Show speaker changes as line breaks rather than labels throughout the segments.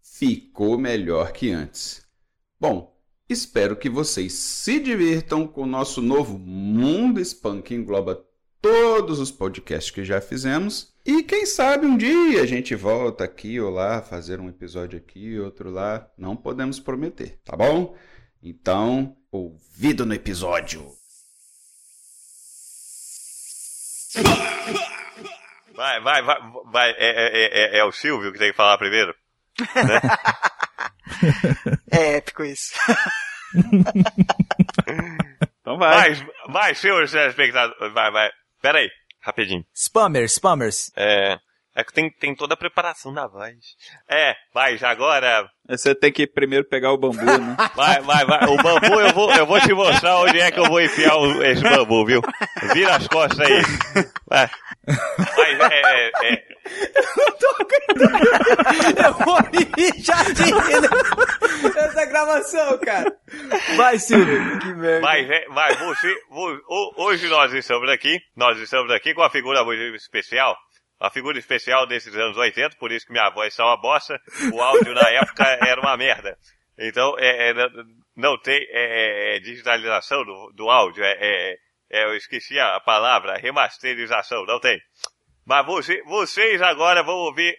ficou melhor que antes. Bom, espero que vocês se divirtam com o nosso novo mundo Spunk que engloba todos os podcasts que já fizemos. E quem sabe um dia a gente volta aqui ou lá, fazer um episódio aqui, outro lá. Não podemos prometer, tá bom? Então, ouvido no episódio.
Vai, vai, vai, vai. É, é, é, é o Silvio que tem que falar primeiro? Né?
é épico isso.
então vai. Vai, vai, senhores telespectadores. Vai, vai. Pera aí rapidinho.
Spammers, spammers.
É. É que tem, tem toda a preparação da voz. É, vai, agora.
É, Você tem que primeiro pegar o bambu, né?
Vai, vai, vai. O bambu eu vou, eu vou te mostrar onde é que eu vou enfiar o, esse bambu, viu? Vira as costas aí. Vai. Mas é, é, é.
Eu não tô acreditando. Eu vou me já de nessa gravação, cara. Vai, Silvio. Que merda.
Mas, é, mas você, hoje nós estamos aqui, nós estamos aqui com a figura muito especial a figura especial desses anos 80, por isso que minha voz está uma bosta, o áudio na época era uma merda. Então, é, é, não tem é, digitalização do, do áudio, é, eu esqueci a palavra, remasterização, não tem. Mas você, vocês agora vão ouvir,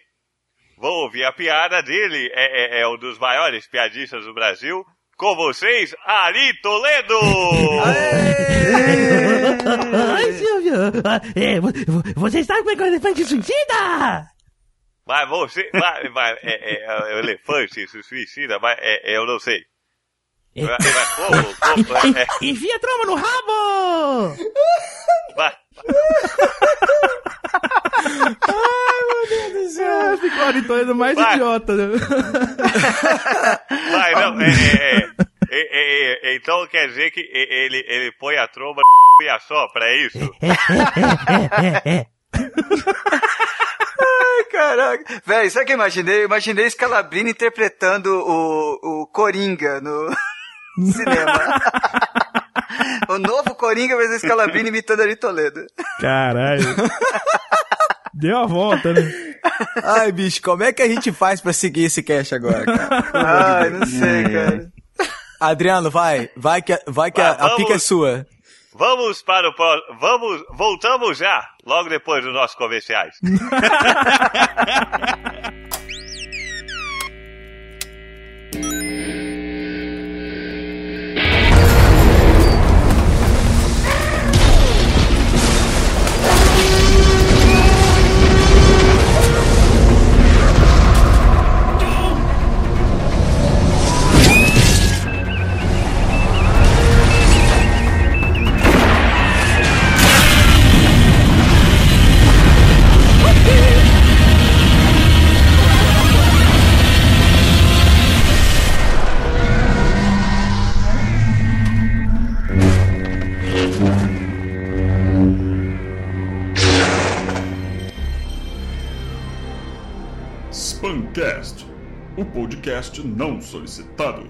vão ouvir a piada dele, é, um dos maiores piadistas do Brasil, com vocês, Ari Toledo!
Ai, Silvio! Ah, é, Você está com é o elefante suicida?
Mas você. Mas, mas, é, é, é, elefante suicida, mas é, eu não sei. Mas como? como
é, Enfia a tromba no rabo!
Mas...
Ai, meu Deus do céu! É, ficou a Toledo mais vai. idiota. né?
Vai, não, é, é, é, Então quer dizer que ele, ele põe a tromba e a sopra, é isso?
É, é, é, é.
Ai, caraca. Véi, sabe o que eu imaginei? Eu imaginei Scalabrini interpretando o, o Coringa no cinema. o novo Coringa, mas o Scalabrini imitando Ari Toledo.
Caralho. Deu a volta, né?
Ai, bicho, como é que a gente faz pra seguir esse cash agora, cara?
Ai, não sei, cara.
Adriano, vai. Vai que, vai que vai, a, a vamos, pica é sua.
Vamos para o próximo. Vamos. Voltamos já, logo depois dos nossos comerciais.
Spamcast, o podcast não solicitado.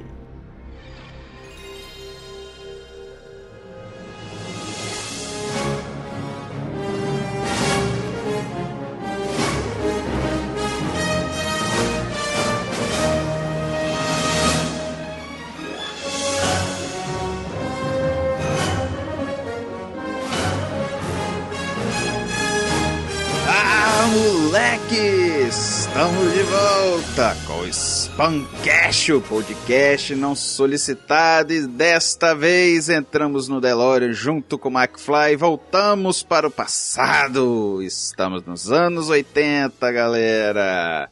Ah, moleques! Estamos de volta com o Pancast, o podcast não solicitado, e desta vez entramos no DeLorean junto com o McFly e voltamos para o passado. Estamos nos anos 80, galera.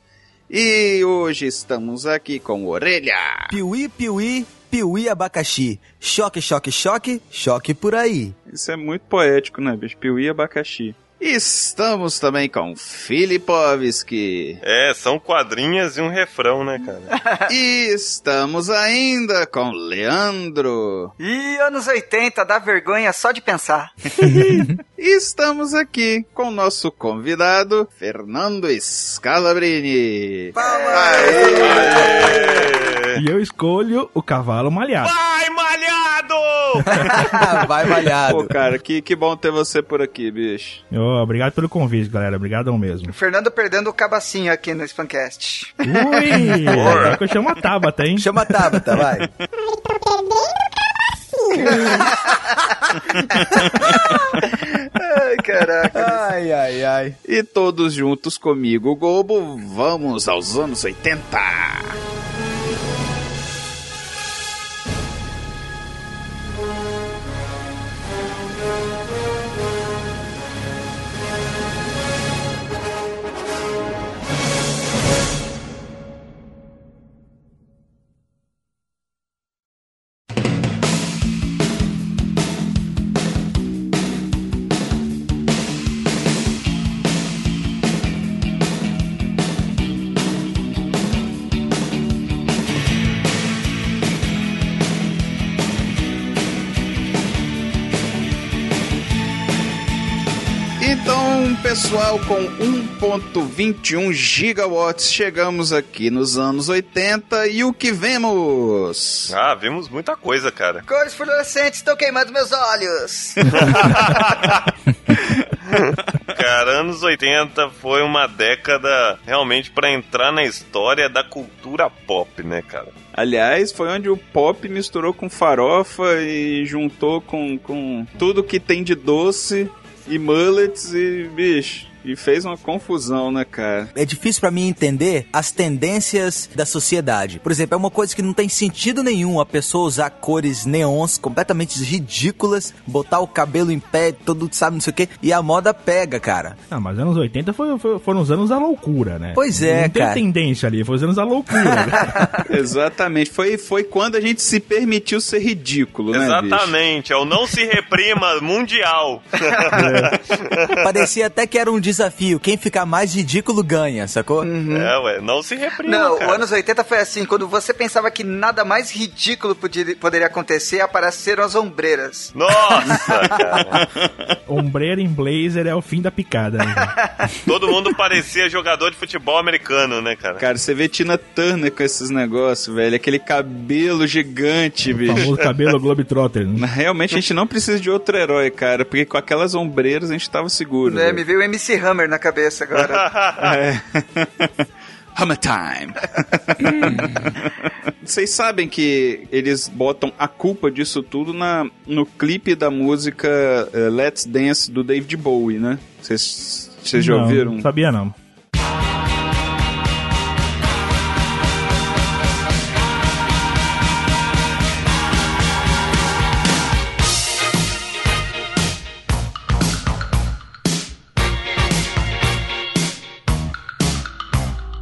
E hoje estamos aqui com o Orelha.
Piuí, piuí, piuí abacaxi. Choque, choque, choque, choque por aí.
Isso é muito poético, né, bicho? Piuí e abacaxi. Estamos também com Filipovski.
É, são quadrinhas e um refrão, né, cara?
e estamos ainda com Leandro.
Ih, anos 80, dá vergonha só de pensar.
E estamos aqui com o nosso convidado, Fernando Scalabrini.
É.
E eu escolho o cavalo malhado.
Vai, malhado!
Vai
Pô,
malhado.
cara, que, que bom ter você por aqui, bicho.
Ô, obrigado pelo convite, galera. Obrigadão mesmo.
O Fernando perdendo o cabacinho aqui no Spancast.
Ui! é que eu chamo a Tabata, hein?
Chama a Tabata, vai.
Ai, caraca.
Ai, ai, ai.
E todos juntos comigo, Gobo, vamos aos anos 80. Então, pessoal, com 1.21 gigawatts, chegamos aqui nos anos 80 e o que vemos?
Ah, vimos muita coisa, cara.
Cores fluorescentes estão queimando meus olhos.
Cara, anos 80 foi uma década realmente pra entrar na história da cultura pop, né, cara?
Aliás, foi onde o pop misturou com farofa e juntou com, com tudo que tem de doce e mullets e, bicho, e fez uma confusão, né, cara?
É difícil pra mim entender as tendências da sociedade. Por exemplo, é uma coisa que não tem sentido nenhum a pessoa usar cores neons completamente ridículas, botar o cabelo em pé, todo sabe não sei o quê, e a moda pega, cara.
Ah, mas anos 80 foi, foi- foram os anos da loucura, né?
Pois é,
Não tem
cara.
tendência ali, foi os anos da loucura.
Exatamente. Foi, foi quando a gente se permitiu ser ridículo, né, bicho?
Exatamente, é o não se reprima mundial.
Parecia até que era um desafio. Quem ficar mais ridículo ganha, sacou?
É, ué, não se reprima,
Uhum. Não,
cara.
o anos 80 foi assim, quando você pensava que nada mais ridículo podia- poderia acontecer, apareceram as ombreiras.
Nossa, cara.
Ombreira em blazer é o fim da picada. Né?
Todo mundo parecia jogador de futebol americano, né, cara?
Cara, você vê Tina Turner com esses negócios, velho. Aquele cabelo gigante,
O
bicho.
famoso cabelo Globetrotter. né?
Realmente a gente não precisa de outro herói, cara, porque com aquelas ombreiras a gente tava seguro.
Né,
velho.
me veio o MC Hammer na cabeça agora.
É. Hammer time. Vocês sabem que eles botam a culpa disso tudo na, no clipe da música eh, Let's Dance do David Bowie, né? Vocês vocês já
Não,
ouviram?
Não sabia, não.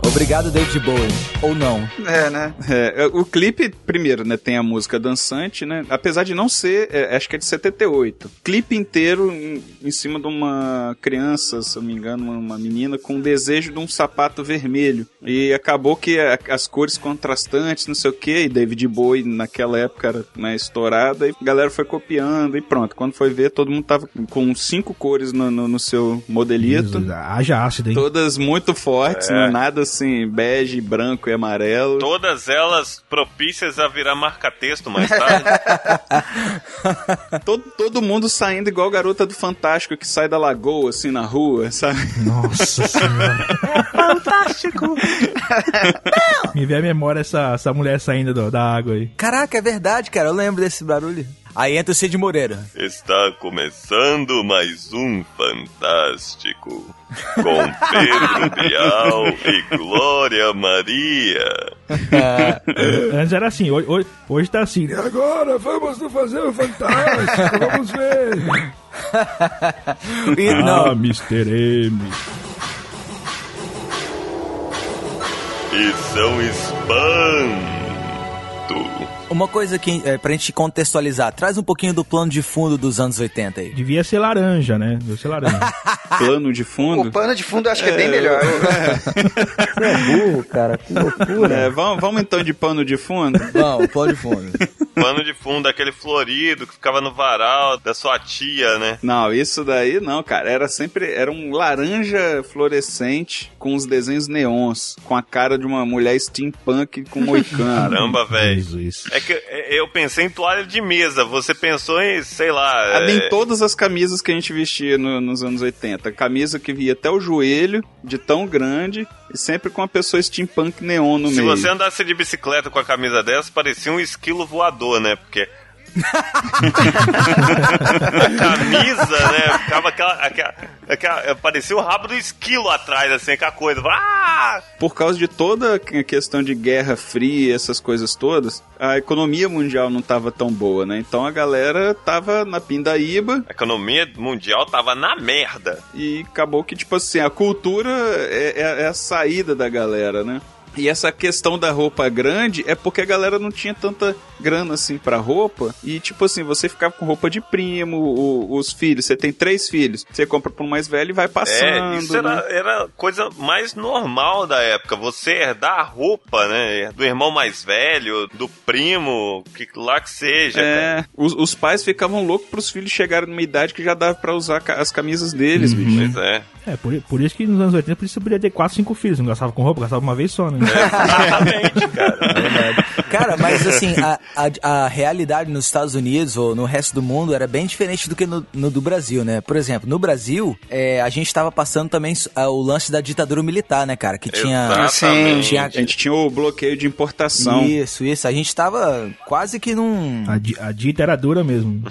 Obrigado, David Bowie. Ou não.
é, né?
É, é, o clipe, primeiro, né, tem a música dançante, né? Apesar de não ser, é, acho que é de 78. Clipe inteiro em, em cima de uma criança, se eu não me engano, uma, uma menina, com desejo de um sapato vermelho. E acabou que a- as cores contrastantes, não sei o que, e David Bowie naquela época era né, estourada, e a galera foi copiando e pronto. Quando foi ver, todo mundo tava com cinco cores no, no- no seu modelito.
Jesus, Haja ácido, hein?
Todas muito fortes, né? nada assim, bege, branco e amarelo.
Todas elas propícias a virar marca-texto mais tarde.
Todo, todo mundo saindo igual a garota do Fantástico que sai da lagoa, assim, na rua, sabe?
Nossa senhora. Fantástico! Me vem à memória essa, essa mulher saindo do- da água aí.
Caraca, é verdade, cara. Eu lembro desse barulho. Aí entra o Cid Moreira.
Está começando mais um Fantástico com Pedro Bial e Glória Maria.
Antes era assim, hoje, hoje, hoje tá assim. E agora vamos fazer o Fantástico, vamos ver.
E
Ah,
não,
Mr. M.
E são espanto.
uma coisa que é, pra gente contextualizar, traz um pouquinho do plano de fundo dos anos 80 aí.
Devia ser laranja, né? Devia ser laranja.
Plano de fundo.
O pano de fundo eu acho que é bem melhor.
Você é burro, cara. Que loucura.
É, vamos, vamos então de pano de fundo?
Não, plano de fundo.
Pano de fundo, aquele florido que ficava no varal da sua tia, né?
Não, isso daí não, cara. Era sempre. Era um laranja fluorescente com os desenhos neons, com a cara de uma mulher steampunk com moicano.
Caramba, velho.
Isso, isso.
É que é, eu pensei em toalha de mesa, você pensou em, sei
Ah,
lá. é,
Nem todas as camisas que a gente vestia no- nos anos 80. Camisa que via até o joelho, de tão grande, e sempre com uma pessoa steampunk neon no
se
meio.
você andasse de bicicleta com a camisa dessa, parecia um esquilo voador, né? Porque. a camisa, né? Ficava aquela, aquela, aquela- eh, Parecia o rabo do esquilo atrás, assim, aquela coisa. Ah!
Por causa de toda a questão de guerra fria, essas coisas todas, a economia mundial não tava tão boa, né? Então a galera tava na pindaíba
A economia mundial tava na merda.
e acabou que, tipo assim, a cultura é, é- é a saída da galera, né? E essa questão da roupa grande é porque a galera não tinha tanta grana assim pra roupa. E tipo assim, você ficava com roupa de primo, o- os filhos, você tem três filhos, você compra pro mais velho e vai passando.
é, isso era,
né?
era a coisa mais normal da época. Você herdar a roupa, né? Do irmão mais velho, do primo, que lá que seja. cara.
É, os, os pais ficavam loucos pros filhos chegarem numa idade que já dava pra usar ca- as camisas
Uhum.
deles, bicho.
Pois é.
É, por, por isso que nos anos 80 por isso podia ter 4, 5 filhos. Não gastava com roupa, gastava uma vez só, né?
Exatamente, cara.
Cara, mas assim, a, a, a realidade nos Estados Unidos ou no resto do mundo era bem diferente do que no, no do Brasil, né? Por exemplo, no Brasil, é, a gente tava passando também ah, o lance da ditadura militar, né, cara? Que tinha.
Exatamente.
tinha-
A gente tinha o bloqueio de importação.
Isso, isso. A gente tava quase que num.
A, di- a dita era dura mesmo.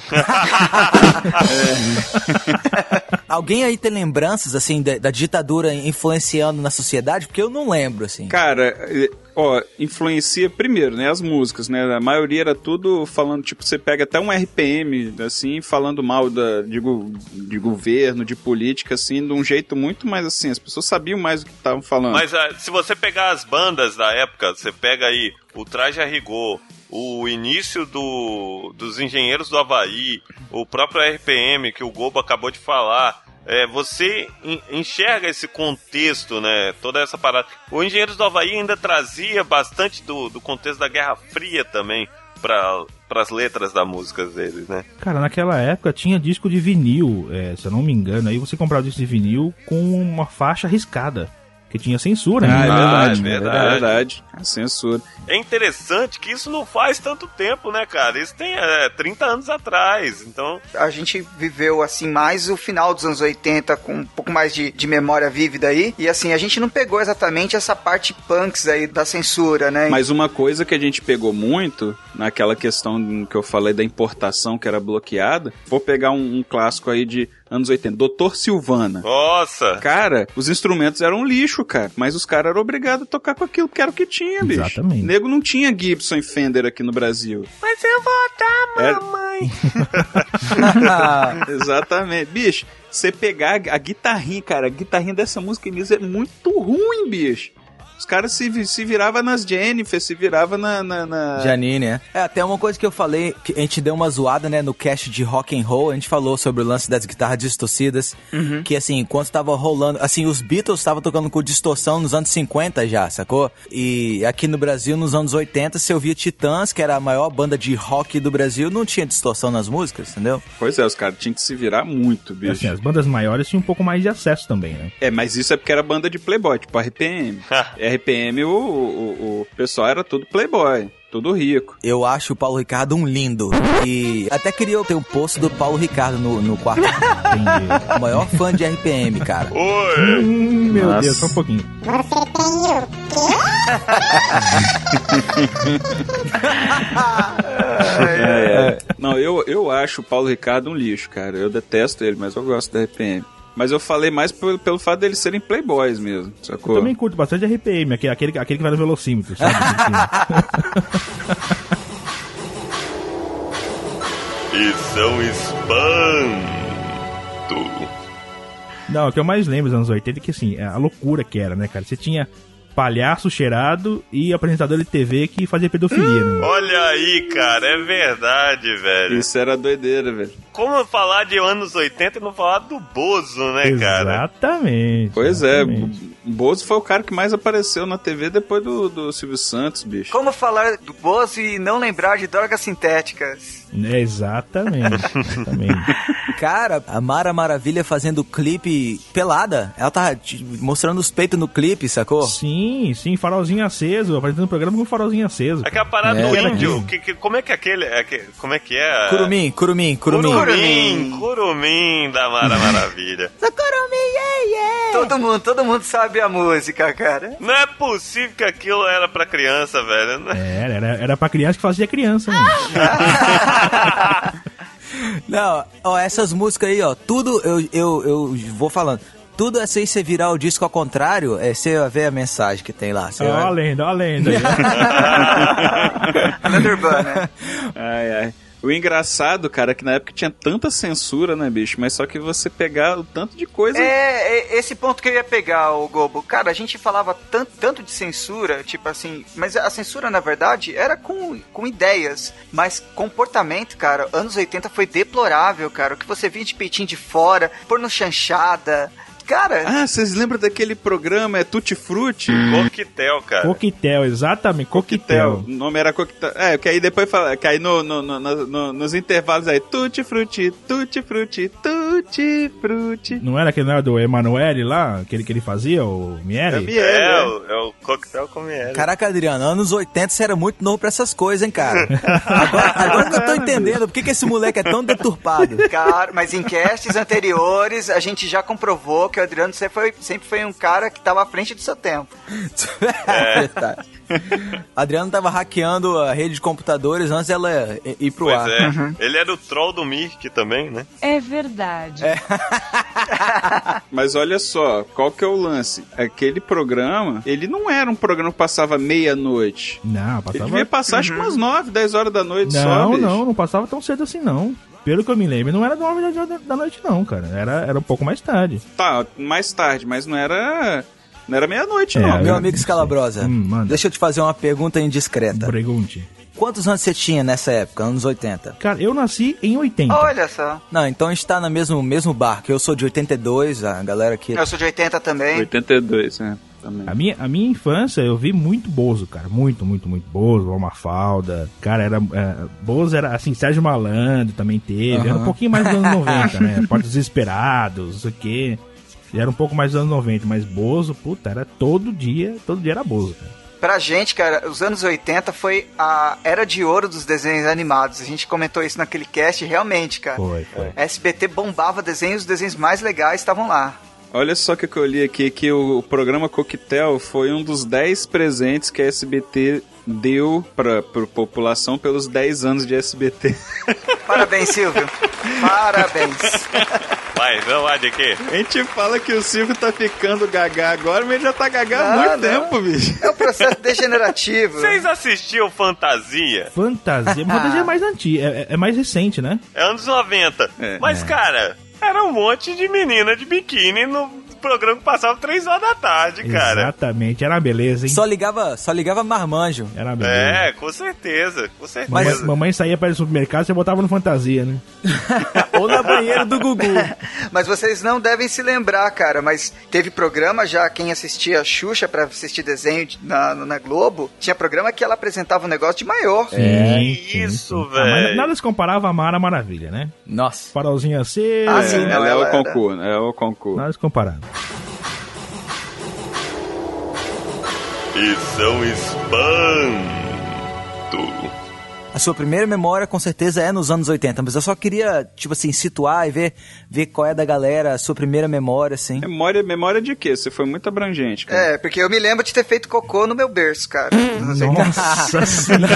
Alguém aí tem lembranças, assim, da, da ditadura influenciando na sociedade? Porque eu não lembro, assim.
Cara, eh, ó, influencia primeiro, né? As músicas, né? A maioria era tudo falando, tipo, você pega até um RPM, assim, falando mal da, de, go- de governo, de política, assim, de um jeito muito mais assim. As pessoas sabiam mais o que estavam falando.
Mas ah, se você pegar as bandas da época, você pega aí o Traje a Rigor, o início do, dos Engenheiros do Havaí, o próprio RPM que o Gobo acabou de falar. é, você en- enxerga esse contexto, né? Toda essa parada. O Engenheiros do Havaí ainda trazia bastante do, do contexto da Guerra Fria também para as letras da música deles, né?
Cara, naquela época tinha disco de vinil, é, se eu não me engano. Aí você comprava disco de vinil com uma faixa riscada. Que tinha censura,
Ah, é
né?
verdade,
Ah,
é
é verdade.
verdade. É verdade. A censura.
É interessante que isso não faz tanto tempo, né, cara? Isso tem é, 30 anos atrás. Então,
A gente viveu, assim, mais o final dos anos 80, com um pouco mais de, de memória vívida aí. E, assim, a gente não pegou exatamente essa parte punks aí da censura, né?
Mas uma coisa que a gente pegou muito, naquela questão que eu falei da importação que era bloqueada, vou pegar um, um clássico aí de anos 80, Doutor Silvana.
nossa.
Cara, os instrumentos eram um lixo, cara. Mas os caras eram obrigados a tocar com aquilo que era o que tinha, bicho.
Exatamente.
Nego não tinha Gibson e Fender aqui no Brasil.
Mas eu vou
Era-
mamãe.
Exatamente. Bicho, você pegar a guitarrinha, cara, a guitarrinha dessa música Inês é muito ruim, bicho. Os caras se, vi- se viravam nas Jennifer, se viravam na. na, na-
Janine, né? É, até uma coisa que eu falei, que a gente deu uma zoada, né, no cast de rock and roll, a gente falou sobre o lance das guitarras distorcidas, que assim, enquanto tava rolando, assim, os Beatles estavam tocando com distorção nos anos 50 já, sacou? E aqui no Brasil, nos anos 80, você ouvia Titãs, que era a maior banda de rock do Brasil, não tinha distorção nas músicas, entendeu?
Pois é, os caras tinham que se virar muito,
E, Assim,
bicho.
as bandas maiores tinham um pouco mais de acesso também, né?
É, mas isso é porque era banda de playboy, tipo RPM.
Ah.
RPM, o, o, o pessoal era tudo playboy, tudo rico.
Eu acho o Paulo Ricardo um lindo. E até queria ter um post do Paulo Ricardo no, no quarto.
Entendi.
o maior fã de RPM, cara.
Oi.
Hum, meu
Nossa.
Deus, só um pouquinho.
É. Não, eu, eu
acho o Paulo Ricardo um lixo, cara. Eu detesto ele, mas eu gosto da RPM. Mas eu falei mais pelo, pelo fato deles serem playboys mesmo,
Eu
sacou?
também curto bastante RPM, aquele, aquele, aquele que vai no velocímetro, sabe?
E são espanto.
Não, o que eu mais lembro dos anos 80 é que, assim, a loucura que era, né, cara? Você tinha palhaço cheirado e apresentador de TV que fazia pedofilia, né?
Olha aí, cara, é verdade, velho.
Isso era doideira, velho.
Como falar de anos 80 e não falar do Bozo, né, cara?
Exatamente.
Pois é,
exatamente.
o Bozo foi o cara que mais apareceu na TV depois do, do Silvio Santos, bicho.
Como falar do Bozo e não lembrar de drogas sintéticas?
É, exatamente. exatamente.
Cara, a Mara Maravilha fazendo o clipe pelada. Ela tá t- mostrando os peitos no clipe, sacou?
sim, sim, farolzinho aceso, apresentando o programa com farolzinho aceso.
Aquela parada
É,
do
era
índio,
aquilo.
que, que- como é que aquele, aque- como é que é?
Curumim, curumim, curumim.
Curumim, Curumim da Mara Maravilha.
Todo mundo, todo mundo sabe a música, cara.
Não é possível que aquilo era pra criança, velho. é
É.
Era, era, era pra criança que fazia criança, né?
Ah!
mano.
Não, ó, essas músicas aí, ó, tudo eu, eu, eu vou falando. Tudo essa aí, você virar o disco ao contrário, é, você vai ver a mensagem que tem lá. Você
Olha a
vai...
lenda, olha a lenda.
Lenda Urbana.
Ai, ai. O engraçado, cara, é que na época tinha tanta censura, né, bicho? Mas só que você pegar o tanto de coisa.
É, é esse ponto que eu ia pegar, o Gobo. Cara, a gente falava tan- tanto, de censura, tipo assim, mas a censura, na verdade, era com, com ideias. Mas comportamento, cara, anos 80 foi deplorável, cara. O que você via de peitinho de fora, porno chanchada. Cara,
Ah, vocês lembram daquele programa, é Tutti Frutti?
Hum. Coquetel, cara.
coquetel, exatamente, coquetel.
Coquetel. O nome era coquetel. É, que aí depois fala, que aí no, no- no- no- no- nos intervalos aí, tutti frutti, tutti frutti, tutti frutti.
Não era aquele não era do Emanuele lá, aquele que ele fazia, o Miele?
Miele,
É,
né?
o- é o coquetel com miel.
Caraca, Adriano, anos 80 você era muito novo pra essas coisas, hein, cara? Agora, agora que eu tô entendendo por que, que esse moleque é tão deturpado.
cara, mas em casts anteriores a gente já comprovou que o Adriano sempre foi, sempre foi um cara que tava à frente do seu tempo.
É Verdade. Adriano tava hackeando a rede de computadores antes dela i- ir pro
Pois
ar.
é. Ele era o troll do Mirk também, né?
É verdade.
Mas olha só, qual que é o lance? Aquele programa, ele não era um programa que passava meia-noite.
Não,
Ele
passava. Uhum.
devia passar acho que umas 9, 10 horas da noite só.
Não,
bicho.
não, não passava tão cedo assim, não. Pelo que eu me lembro, não era nove da, da, da noite, não, cara. Era, era um pouco mais tarde.
Tá, mais tarde, mas não era. Não era meia-noite,
É,
não.
era-
Meu amigo Escalabrosa,
Hum, manda.
deixa eu te fazer uma pergunta indiscreta.
Pergunte.
Quantos anos você tinha nessa época, anos 80?
Cara, eu nasci em 80.
Olha só.
Não, então a gente tá no mesmo, mesmo barco. Eu sou de 82, a galera aqui.
Eu sou de 80 também.
82, né? Também.
A minha, a minha infância eu vi muito Bozo, cara. Muito, muito, muito Bozo, Alma Falda. Cara, era. é, Bozo era assim, Sérgio Malandro também teve. Era um
Aham.
pouquinho mais dos anos 90, né? Parte dos Desesperados, não sei o quê. Era um pouco mais dos anos 90, mas Bozo, puta, era todo dia, todo dia era Bozo, cara.
Pra gente, cara, os anos 80 foi a era de ouro dos desenhos animados. A gente comentou isso naquele cast, realmente, cara.
Foi, foi.
SBT bombava desenhos, os desenhos mais legais estavam lá.
Olha só o que que eu li aqui, que o programa Coquetel foi um dos 10 presentes que a SBT deu pra, pra população pelos 10 anos de SBT.
Parabéns, Silvio. Parabéns.
Mas não há de quê?
A gente fala que o Silvio tá ficando gagá agora, mas ele já tá gagá há
Não,
muito
não.
tempo, bicho.
É um processo degenerativo.
Vocês assistiam Fantasia?
Fantasia. mas Fantasia é mais antiga, é, é mais recente, né?
É anos 90.
É.
Mas, cara, era um monte de menina de biquíni no programa que passava 3 horas da tarde, cara.
Exatamente, era uma beleza, hein?
Só ligava, só ligava marmanjo.
Era uma beleza.
É, com certeza, com
Mamãe,
certeza.
mamãe saía para o supermercado, você botava no fantasia, né?
Ou na banheira do Gugu.
Mas vocês não devem se lembrar, cara. Mas teve programa já, quem assistia a Xuxa pra assistir desenho de- na, na Globo, tinha programa que ela apresentava um negócio de maior.
É.
É, isso,
Ah, mas
velho.
Nada se comparava a Mara Maravilha, né?
Nossa.
Farolzinho aceso.
Ah, sim, não,
ela é
ela
o
era.
concurso, é o concurso.
Nada se comparava.
E são espanto.
a sua primeira memória com certeza é nos anos 80, mas eu só queria, tipo assim, situar e ver, ver qual é da galera a sua primeira memória, assim.
Memória, memória de quê? Você foi muito abrangente, cara.
É, porque eu me lembro de ter feito cocô no meu berço, cara. Não sei
Nossa senhora.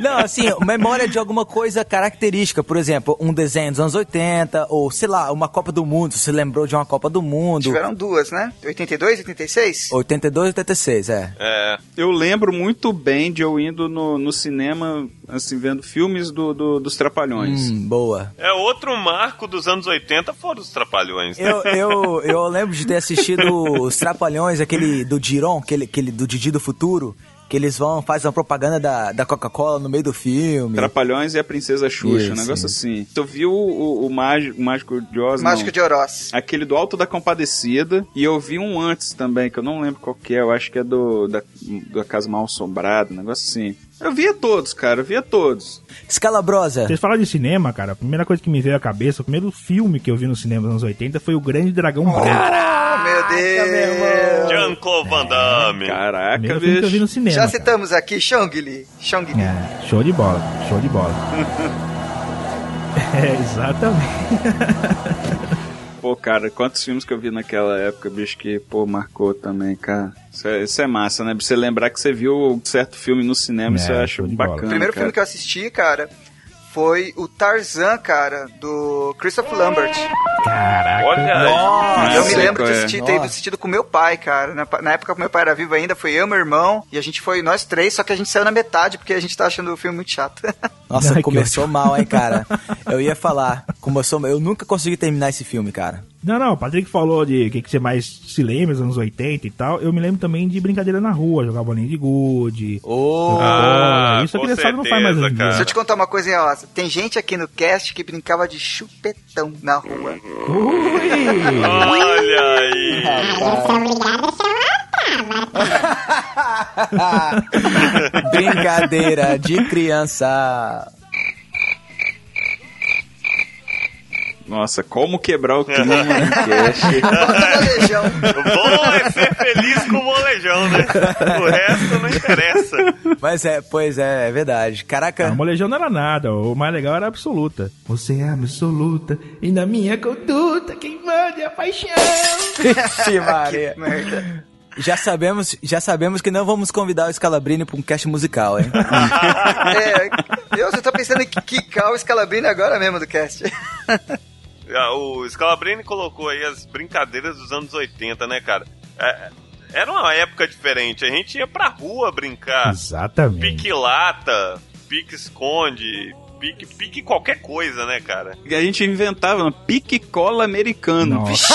Não, assim, memória de alguma coisa característica. Por exemplo, um desenho dos anos 80, ou sei lá, uma Copa do Mundo. Você lembrou de uma Copa do Mundo?
Tiveram duas, né? 82, 86?
82, 86, é.
É,
Eu lembro muito bem de eu indo no, no cinema, assim, vendo filmes do, do- dos Trapalhões.
Hum, boa.
é outro marco dos anos 80 fora os Trapalhões, né?
Eu, eu, eu lembro de ter assistido Os Trapalhões, aquele do Diron, aquele, aquele do Didi do Futuro, que eles vão, fazem uma propaganda da, da Coca-Cola no meio do filme.
Trapalhões e a Princesa Xuxa,
Isso,
um negócio assim. Tu viu o, o, Mági- o Mágico de Oz? não?
Mágico de Oroz.
Aquele do Alto da Compadecida. E eu vi um antes também, que eu não lembro qual que é. Eu acho que é do da, da Casa Mal Assombrada, um negócio assim. Eu via todos, cara. Eu via todos.
Escalabrosa.
Vocês falaram de cinema, cara. A primeira coisa que me veio à cabeça, o primeiro filme que eu vi no cinema nos anos 80 foi O Grande Dragão Branco.
Oh, meu Deus!
Janko
É,
Van Damme.
Caraca,
Primeiro filme que eu vi
bicho.
no cinema.
Já
cara.
tá-
citamos aqui Shang-Li. Shang-Li.
É, show de bola, show de bola. é, exatamente.
Pô, cara, quantos filmes que eu vi naquela época, bicho, que, pô, marcou também, cara. Isso é, isso é massa, né? Pra você lembrar que você viu um certo filme no cinema,
É,
isso eu acho
show de bola.
bacana.
O primeiro
cara.
filme que eu assisti, cara, foi o Tarzan, cara, do Christopher Lambert.
Caraca.
Olha,
Ah,
eu me
sei
lembro
qual
de
é.
assistir, ter
Nossa.
assistido com meu pai, cara. Na, na época que meu pai era vivo ainda, foi eu, meu irmão, e a gente foi nós três, só que a gente saiu na metade, porque a gente tá achando o filme muito chato.
Nossa,
Ai, que
começou mal, hein, cara. Eu ia falar, começou mal. Eu nunca consegui terminar esse filme, cara.
Não, não, o Patrick falou de o que, que você mais se lembra dos anos 80 e tal. Eu me lembro também de brincadeira na rua, jogar bolinha de gude.
Ô,
jogar
Ah,
bola. Isso a
com
criançada não faz mais hoje em dia.
Deixa
certeza,
eu te contar uma coisa, hein, ó. Tem gente aqui no cast que brincava de chupetão na rua.
Ui!
olha aí.
brincadeira de criança.
Nossa, como quebrar o clima no cast?
Bota o molejão.
O bom é ser feliz com o molejão, né? O resto não interessa.
Mas é, pois é, é verdade.
A
Caraca,
molejão não era nada, o mais legal era a absoluta. Você é absoluta e na minha conduta quem manda é a paixão.
que Maria.
Que merda.
Já sabemos, já sabemos que não vamos convidar o Scalabrini pra um cast musical, hein?
É, eu só tô pensando em quicar o Scalabrini agora mesmo do cast.
Ah, O Scalabrini colocou aí as brincadeiras dos anos 80, né, cara? É, era uma época diferente. A gente ia pra rua brincar.
Exatamente.
Pique lata, pique esconde, pique, pique qualquer coisa, né, cara?
a gente inventava um pique-cola americano.
Nossa,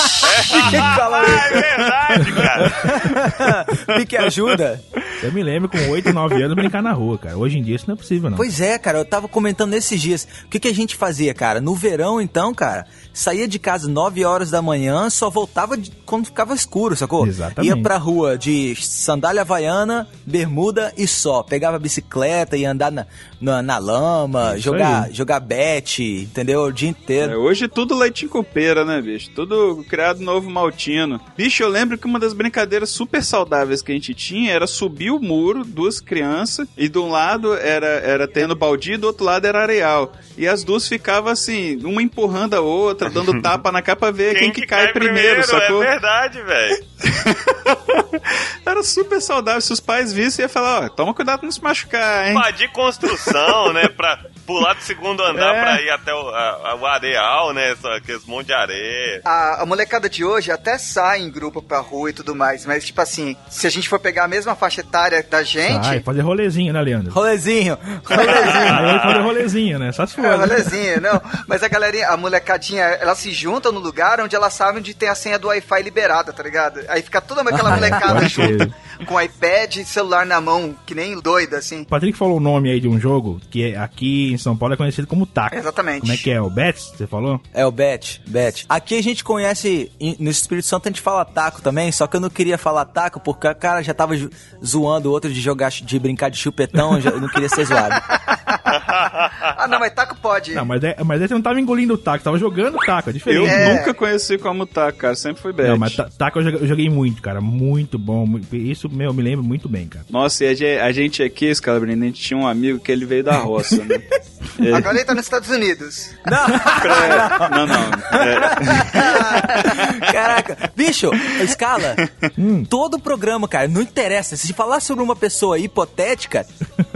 Ah, é verdade, cara.
Pique ajuda.
eu me lembro com 8, 9 anos brincar na rua, cara. Hoje em dia isso não é possível, não.
Pois é, cara, eu tava comentando nesses dias. O que, que a gente fazia, cara? No verão, então, cara, saía de casa 9 horas da manhã, só voltava de- quando ficava escuro, sacou?
Exatamente.
Ia pra rua de sandália havaiana, bermuda e só. Pegava bicicleta, ia andar na, na, na lama,
É Isso
jogar,
aí.
jogar bet, entendeu? O dia inteiro.
É, hoje tudo leitinho com pera, né, bicho? Tudo criado novo maltino. Bicho, eu lembro que uma das brincadeiras super saudáveis que a gente tinha era subir o muro, duas crianças, e de um lado era, era terreno baldio e do outro lado era areal. E as duas ficavam assim, uma empurrando a outra, dando tapa na capa pra ver quem, que, cai, primeiro, né? sacou?
É verdade, velho.
Era super saudável. Se os pais vissem, ia falar, ó, toma cuidado pra não se machucar, hein?
Invadir construção, né? Pra pular do segundo andar
É.
pra ir até o, a- a- o areal, né? Só aqueles monte de areia.
A, a molecada de hoje até sai em grupo pra rua e tudo mais, mas tipo assim, se a gente for pegar a mesma faixa etária da é, gente,
Sai, fazer rolezinho, né, Leandro?
Rolezinho,
Aí
rolezinho.
eu fazer rolezinho, né? Só se for.
É,
né?
belezinha, não. Mas a galerinha, a molecadinha, ela se junta no lugar onde ela sabe onde tem a senha do Wi-Fi liberada, tá ligado? Aí fica toda aquela molecada
pode
junto,
crer.
com iPad e celular na mão, que nem doida, assim.
O Patrick falou o nome aí de um jogo que é- aqui em São Paulo é conhecido como TAC.
Exatamente.
Como é que é? O Betts, você falou?
É o Bet, Bet. Aqui a gente conhece, em- no Espírito Santo a gente fala taco também, só que eu não queria falar taco porque o cara já tava ju- zoando o outro de jogar, chu- de brincar de chupetão, eu já- eu não queria ser zoado.
Ah, não, mas taco pode.
Não, mas, é, mas aí você não tava engolindo o taco, tava jogando o taco, é
Eu
diferente.
É.
nunca conheci como taco, cara. Sempre fui bet.
Não, mas tá- ta- taco eu joguei, eu joguei muito, cara. Muito bom. muito- isso, meu, eu me lembro muito bem, cara.
Nossa, e a gente, a gente aqui, Scalabrino, a gente tinha um amigo que ele veio da roça, né? É.
Agora ele tá nos Estados Unidos.
Pra- Não, não.
Caraca, bicho, escala. Todo programa, cara, não interessa. Se falar sobre uma pessoa hipotética,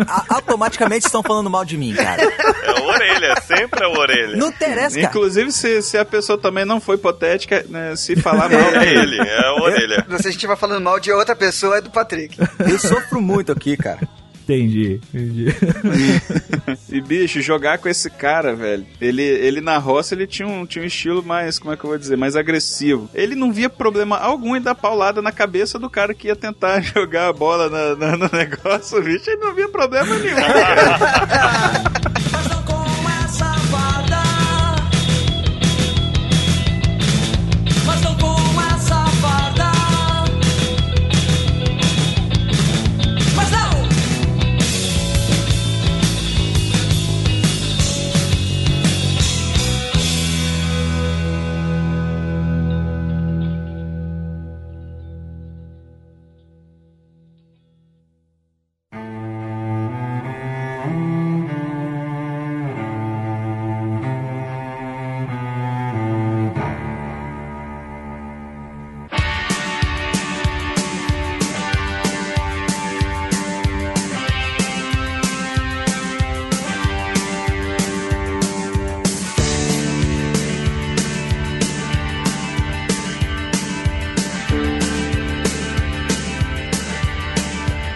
a- automaticamente estão falando mal de mim, cara.
É o orelha, sempre é o orelha.
Não interessa, cara.
Inclusive, se, se a pessoa também não for hipotética, né, se falar mal,
É ele, é o orelha.
Não sei se a gente vai falando mal de outra pessoa, é do Patrick.
Eu sofro muito aqui, cara.
Entendi, entendi.
E bicho, jogar com esse cara, velho. Ele, ele na roça ele tinha um, tinha um estilo mais, como é que eu vou dizer, mais agressivo. Ele não via problema algum em dar paulada na cabeça do cara que ia tentar jogar a bola na- na- no negócio, bicho. Ele não via problema nenhum.
Mas não com essa vada. Mas não com essa vada. Mas não.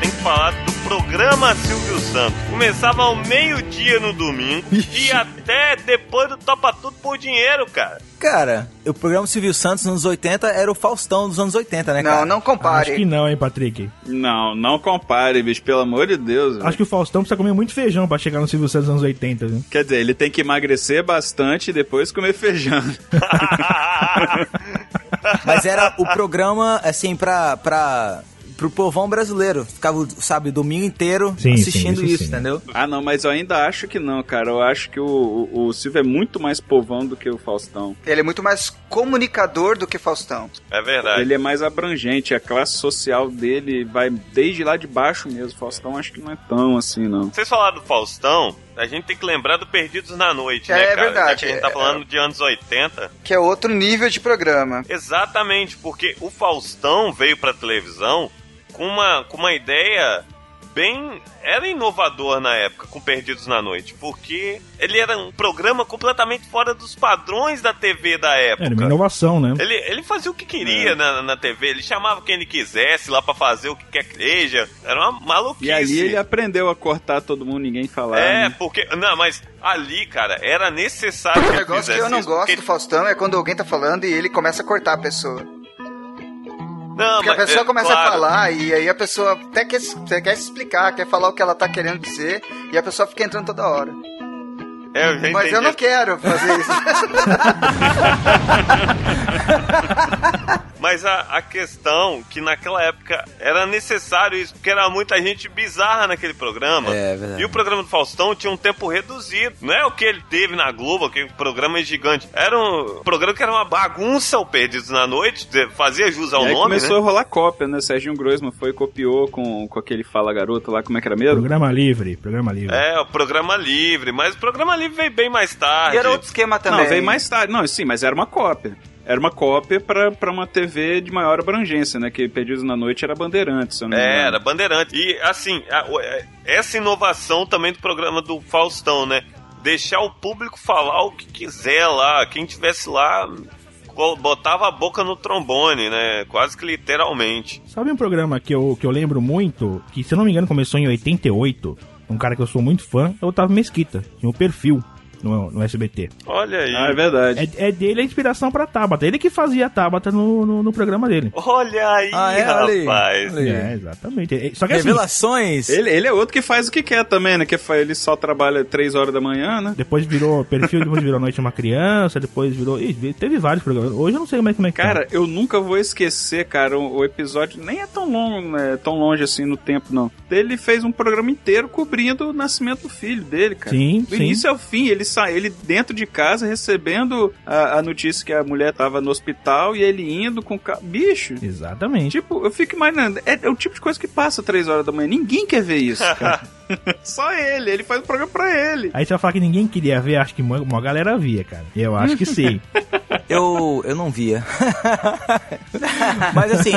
Tem que falar do programa Silvio Santos. Começava ao meio-dia no domingo e até depois do Topa Tudo por Dinheiro, cara.
Cara, o programa Silvio Santos nos anos 80 era o Faustão dos anos 80, né, cara?
Não, não
É, Ah, Acho
compare.
que não, hein, Patrick.
Não, não compare, bicho, pelo amor de Deus. velho.
Acho que o Faustão precisa comer muito feijão pra chegar no Silvio Santos nos anos 80, viu?
Quer dizer, ele tem que emagrecer bastante e depois comer feijão.
Mas era o programa, assim, pra. pra... Pro povão brasileiro. Ficava, sabe, domingo inteiro
Sim, sim,
assistindo
isso
isso,
sim.
entendeu?
Ah, não, mas eu ainda acho que não, cara. Eu acho que o, o, o Silvio é muito mais povão do que o Faustão.
Ele é muito mais comunicador do que Faustão.
É verdade.
Ele é mais abrangente, a classe social dele vai desde lá de baixo mesmo. Faustão acho que não é tão assim, não.
Vocês falaram do Faustão, a gente tem que lembrar do Perdidos na Noite,
É,
né,
é
cara?
verdade,
Já que a gente tá
é,
falando de anos 80.
Que é outro nível de programa.
Exatamente, porque o Faustão veio pra televisão com uma, com uma ideia bem. Era inovador na época, com Perdidos na Noite, porque ele era um programa completamente fora dos padrões da TV da época.
Era É, uma inovação, né?
Ele, ele fazia o que
É.
queria na, na TV, ele chamava quem ele quisesse lá pra fazer o que quer que seja. Era uma maluquice.
E ali ele aprendeu a cortar todo mundo, ninguém falar.
É,
né?
porque. Não, mas ali, cara, era necessário que ele
O É um negócio que
fizesse
eu não
isso,
gosto do
porque-
Faustão é quando alguém tá falando e ele começa a cortar a pessoa.
Não,
Porque a
mas,
pessoa
é,
começa
claro,
a falar e aí a pessoa até quer, se- quer se explicar, quer falar o que ela tá querendo dizer e a pessoa fica entrando toda hora.
É, eu já
Mas eu
entendi.
não quero fazer isso.
Mas a, a questão que naquela época era necessário isso, porque era muita gente bizarra naquele programa.
É, verdade.
E o programa do Faustão tinha um tempo reduzido. Não é o que ele teve na Globo, que o programa é gigante. Era um programa que era uma bagunça o Perdidos na Noite, fazia jus ao
E aí
nome, né?
começou a rolar cópia, né? Serginho Groisman foi e copiou com, com aquele Fala Garoto lá, como é que era mesmo?
Programa livre, programa livre.
É, o programa livre, mas o programa livre veio bem mais
E
tarde.
era outro esquema também.
Não, veio mais tarde. Não, sim, mas era uma cópia. Era uma cópia pra, pra uma TV de maior abrangência, né? Que Perdidos na Noite era Bandeirantes, se eu não me engano.
É, Era, Bandeirante. E assim, a- o- é- essa inovação também do programa do Faustão, né? Deixar o público falar o que quiser lá. Quem tivesse lá col- botava a boca no trombone, né? Quase que literalmente.
Sabe um programa que eu, que eu lembro muito, que se eu não me engano começou em 88, um cara que eu sou muito fã, é o Otávio Mesquita, tinha o Perfil. no, no SBT.
Olha aí.
Ah, é verdade.
É, é dele a inspiração pra Tabata. Ele que fazia a Tabata no, no, no programa dele.
Olha aí,
Ah, é? Olha aí.
rapaz.
Olha aí.
É, exatamente. É, Só que assim,
Revelações!
Ele, ele é outro que faz o que quer também, né? Que fa- ele só trabalha três horas da manhã, né?
depois virou perfil, depois virou Noite de uma Criança, depois virou. Ih, teve vários programas. Hoje eu não sei como é, como é que tá.
Cara, eu nunca vou esquecer, cara, o, o episódio nem é tão longo, né, tão longe assim no tempo, não. Ele fez um programa inteiro cobrindo o nascimento do filho dele, cara.
Sim,
Do
sim.
início ao fim, ele sai, ele dentro de casa recebendo a, a notícia que a mulher tava no hospital e ele indo com o ca... bicho.
Exatamente.
Tipo, eu fico imaginando, é, é o tipo de coisa que passa três horas da manhã. Ninguém quer ver isso, cara. Só ele, ele faz o programa pra ele.
Aí você vai falar que ninguém queria ver, acho que uma, uma galera via, cara. Eu acho que sim.
Eu, eu não via. Mas assim,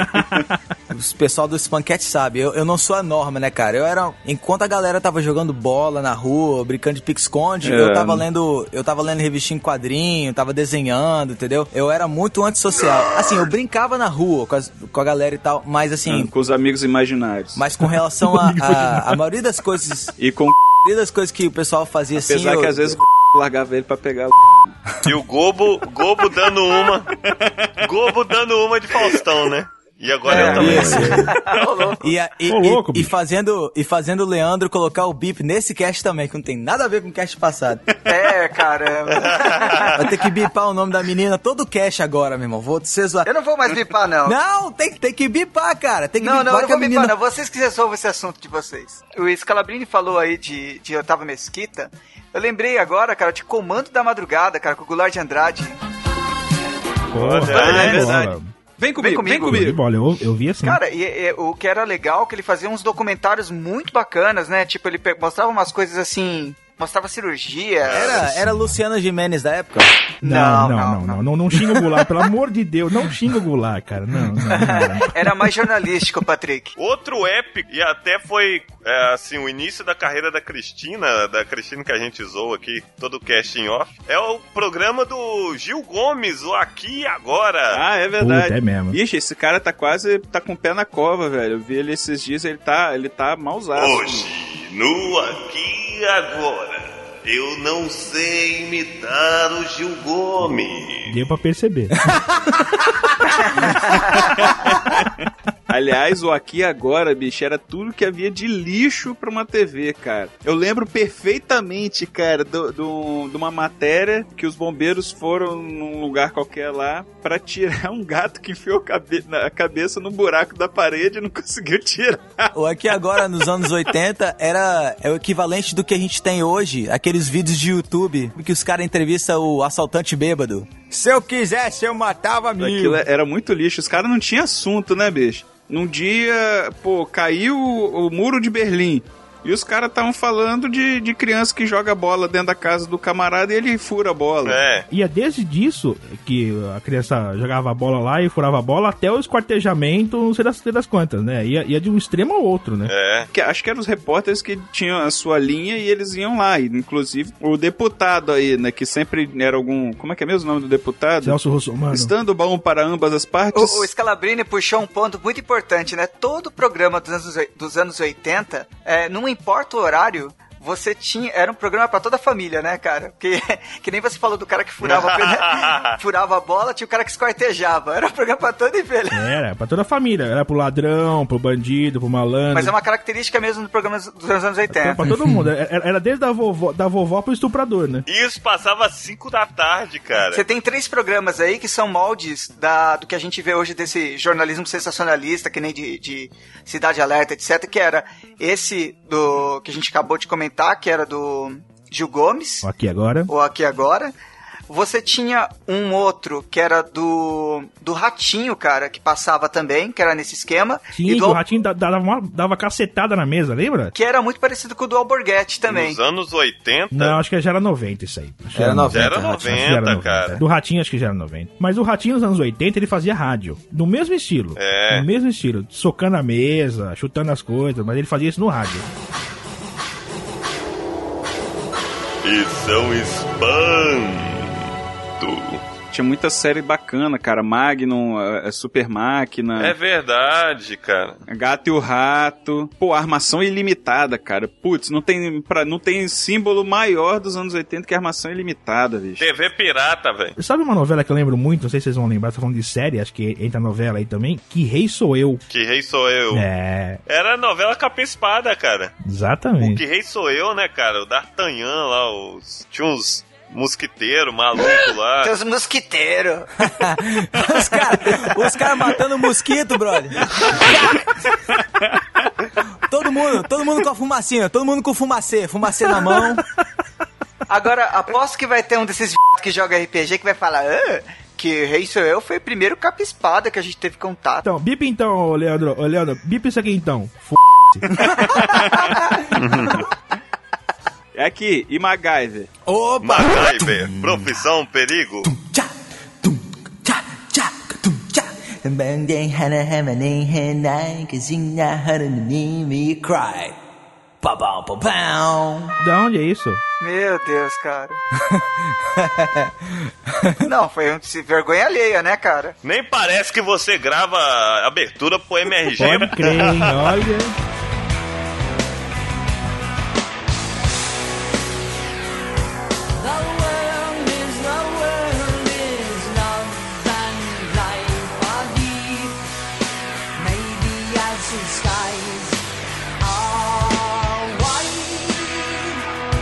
o pessoal do Spanket sabe, eu, eu não sou a norma, né, cara? Eu era. Enquanto a galera tava jogando bola na rua, brincando de pique-esconde,
É.
eu tava lendo. Eu tava lendo revistinha em quadrinho, tava desenhando, entendeu? Eu era muito antissocial. Assim, eu brincava na rua com, as- com a galera e tal, mas assim.
Com os amigos imaginários.
Mas com relação a, a, a maioria das coisas.
E com
A maioria das coisas que o pessoal fazia assim.
Apesar
eu-
que às vezes largava ele pra pegar o
E o Gobo, Gobo dando uma. Gobo dando uma de Faustão, né? E agora
É,
eu também.
E, a- e,
Ô,
e-
louco,
e
bicho.
fazendo e fazendo o Leandro colocar o bip nesse cast também, que não tem nada a ver com o cast passado.
É, caramba.
Vai ter que bipar o nome da menina todo o cast agora, meu irmão. Vou ser zoar.
Eu não vou mais bipar, não.
Não, tem, tem que bipar, cara. Tem que
Não,
bipar
não, eu não
que
vou
a menina.
bipar, não. Vocês que resolvam esse assunto de vocês. O Scalabrini falou aí de, de Otávio Mesquita. Eu lembrei agora, cara, de Comando da Madrugada, cara, com o Goulart de Andrade.
Porra,
é
bola.
verdade. Vem comigo, vem
comigo.
comigo.
Show de bola, eu, eu vi assim.
Cara, e, e o que era legal é que ele fazia uns documentários muito bacanas, né? Tipo, ele pe- mostrava umas coisas assim. Mostrava cirurgia.
Era, era a Luciana Jimenez da época.
não, não, não, não,
não,
não, não, xinga o Goulart, pelo amor de Deus, não xinga o Goulart, cara. Não, não, não,
É
não.
Era mais jornalístico, Patrick.
Outro épico, e até foi é, assim, o início da carreira da Cristina, da Cristina que a gente zoa aqui, todo o cast em off, é o programa do Gil Gomes, o Aqui e Agora.
Ah, é
Puta, é
verdade.
mesmo.
Ixi, esse cara tá quase. tá com o pé na cova, velho. Eu vi ele esses dias, ele tá, ele tá mausado.
Hoje, no Aqui e Agora, eu não sei imitar o Gil Gomes.
Deu pra perceber.
Aliás, o aqui e agora, bicho, era tudo que havia de lixo pra uma TV, cara. Eu lembro perfeitamente, cara, do- do- de uma matéria que os bombeiros foram num lugar qualquer lá pra tirar um gato que enfiou a cabe- na- a cabeça no buraco da parede e não conseguiu tirar.
O aqui agora, nos anos 80, era é o equivalente do que a gente tem hoje, aqueles vídeos de YouTube que os caras entrevistam o assaltante bêbado. Se eu quisesse, eu matava mil.
Aquilo era muito lixo. Os caras não tinham assunto, né, bicho? Num dia, pô, caiu o, o muro de Berlim. E os caras estavam falando de, de criança que joga bola dentro da casa do camarada e ele fura a bola.
É.
Ia desde disso, que a criança jogava a bola lá e furava a bola, até o esquartejamento, não sei das, das quantas, né? Ia, ia de um extremo ao outro, né?
É.
Que, acho que eram os repórteres que tinham a sua linha e eles iam lá. E, inclusive, o deputado aí, né? Que sempre era algum. Como é que é mesmo o nome do deputado?
Celso Russomano.
Estando bom para ambas as
O,
partes.
o Scalabrini puxou um ponto muito importante, né? Todo programa dos anos, oi- dos anos 80, é, não importa o horário, você tinha. Era um programa pra toda a família, né, cara? Porque, que nem você falou do cara que furava, a perna- furava a bola, tinha o cara que esquartejava. Era um programa pra toda a família.
Era, pra toda a família. Era pro ladrão, pro bandido, pro malandro.
Mas é uma característica mesmo do programa dos anos
Era
80.
pra todo mundo. É, Era, era desde a vovó, da vovó pro estuprador, né?
Isso passava às 5 da tarde, cara.
Você tem três programas aí que são moldes da, do que a gente vê hoje desse jornalismo sensacionalista, que nem de, de Cidade Alerta, etc., que era esse do que a gente acabou de comentar, que era do Gil Gomes,
Aqui agora.
ou aqui agora. Você tinha um outro que era do do Ratinho, cara, que passava também, que era nesse esquema.
Sim,
e
que
do
o
Al-
ratinho da- dava, uma- dava cacetada na mesa, lembra?
que era muito parecido com o do Alborguete também.
Nos anos 80.
Não, acho que já era 90 isso aí. Acho que
Era 90.
Era
Acho que
90,
Acho que era 90.
cara.
Do Ratinho, acho que já era 90. Mas o Ratinho, nos anos 80, ele fazia rádio. Do mesmo estilo.
É.
Do mesmo estilo. Socando a mesa, chutando as coisas, mas ele fazia isso no rádio.
E são espanto.
Tinha muita série bacana, cara. Magnum, eh, Super Máquina.
É verdade, cara.
Gato e o Rato. Pô, armação ilimitada, cara. Putz, não tem, pra, não tem símbolo maior dos anos 80 que armação ilimitada, bicho.
TV pirata, velho.
Sabe uma novela que eu lembro muito? Não sei se vocês vão lembrar, tô falando de série, acho que entra novela aí também. Que Rei Sou Eu.
Que Rei Sou Eu.
É,
Era novela capa e espada, cara. O
exatamente.
Que Rei Sou Eu, né, cara? O D'Artagnan lá, os... tinha uns mosquiteiros malucos lá.
Teus mosquiteiros.
os caras os cara matando mosquito, brother. todo mundo, todo mundo com a fumacinha, todo mundo com fumacê, fumacê na mão.
Agora, aposto que vai ter um desses que joga RPG que vai falar "Ah, que Rei Sou Eu foi o primeiro capa-espada que a gente teve contato.
Então, bip então, ô Leandro. Ô, Leandro, bip isso aqui então. F...
É aqui, e MacGyver?
Opa!
MacGyver, profissão, perigo.
Tchá, tum, tchá, tchá, tum, tchá. Bandei, hana, hamanei, hanai, kazina, hanani, me cry. Pau, pau, pau, pau.
Da onde é isso?
Meu Deus, cara. Não, foi um se- vergonha alheia, né, cara?
Nem parece que você grava a abertura pro MRG.
Pode crer, hein? Olha.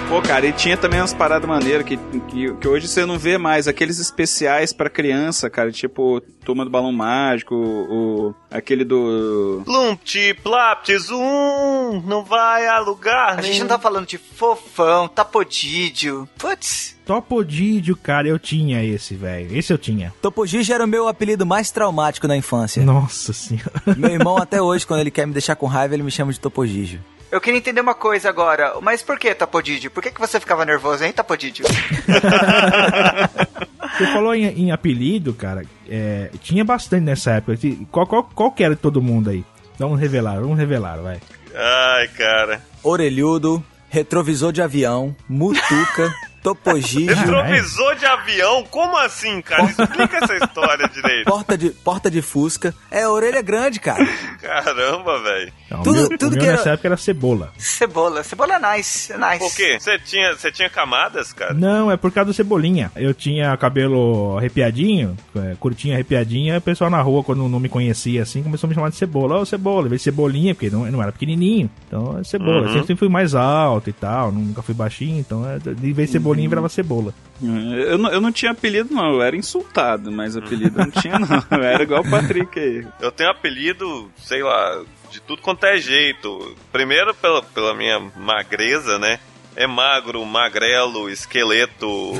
Pô, cara, e tinha também umas paradas maneiras que, que, que hoje você não vê mais. Aqueles especiais pra criança, cara. Tipo, Turma do Balão Mágico, o, o- aquele do...
Plumpt, plapt, zoom, não vai a lugar
A
nenhum.
gente não tá falando de fofão, tapodídio. Putz,
Topodídio, cara, eu tinha esse, velho. Esse eu tinha.
Topogigi era o meu apelido mais traumático na infância.
Nossa senhora.
Meu irmão, até hoje, quando ele quer me deixar com raiva, ele me chama de Topogigi.
eu queria entender uma coisa agora. Mas por que tapodídio? Por que, que você ficava nervoso, hein, tapodídio?
Você falou em, em apelido, cara. é, tinha bastante nessa época. Qual, qual, qual que era de todo mundo aí? Vamos revelar, vamos revelar, vai.
Ai, cara.
Orelhudo, retrovisor de avião, mutuca,
Ah, é?
Topogigi,
Retrovisor de avião? Como assim, cara? Explica essa história direito.
porta de, porta de fusca. É, orelha grande, cara.
Caramba, velho.
Não,
Tudo-
o meu,
tudo
o meu
que era-
nessa época era cebola.
Cebola. Cebola é nice, é nice.
Por quê? Você tinha, você tinha camadas, cara?
Não, é por causa do cebolinha. Eu tinha cabelo arrepiadinho, é, curtinho arrepiadinho, aí o pessoal na rua, quando não me conhecia assim, começou a me chamar de cebola. Ô, cebola, em vez de cebolinha, porque não, eu não era pequenininho. Então, é cebola. Eu sempre fui mais alto e tal, nunca fui baixinho, então, é, de vez de cebolinha, virava cebola.
Eu, não- eu não tinha apelido, não. Eu era insultado, mas apelido eu não tinha, não. Eu era igual o Patrick aí.
Eu tenho apelido, sei lá, de tudo quanto é jeito. Primeiro, pela, pela minha magreza, né? É magro, magrelo, esqueleto.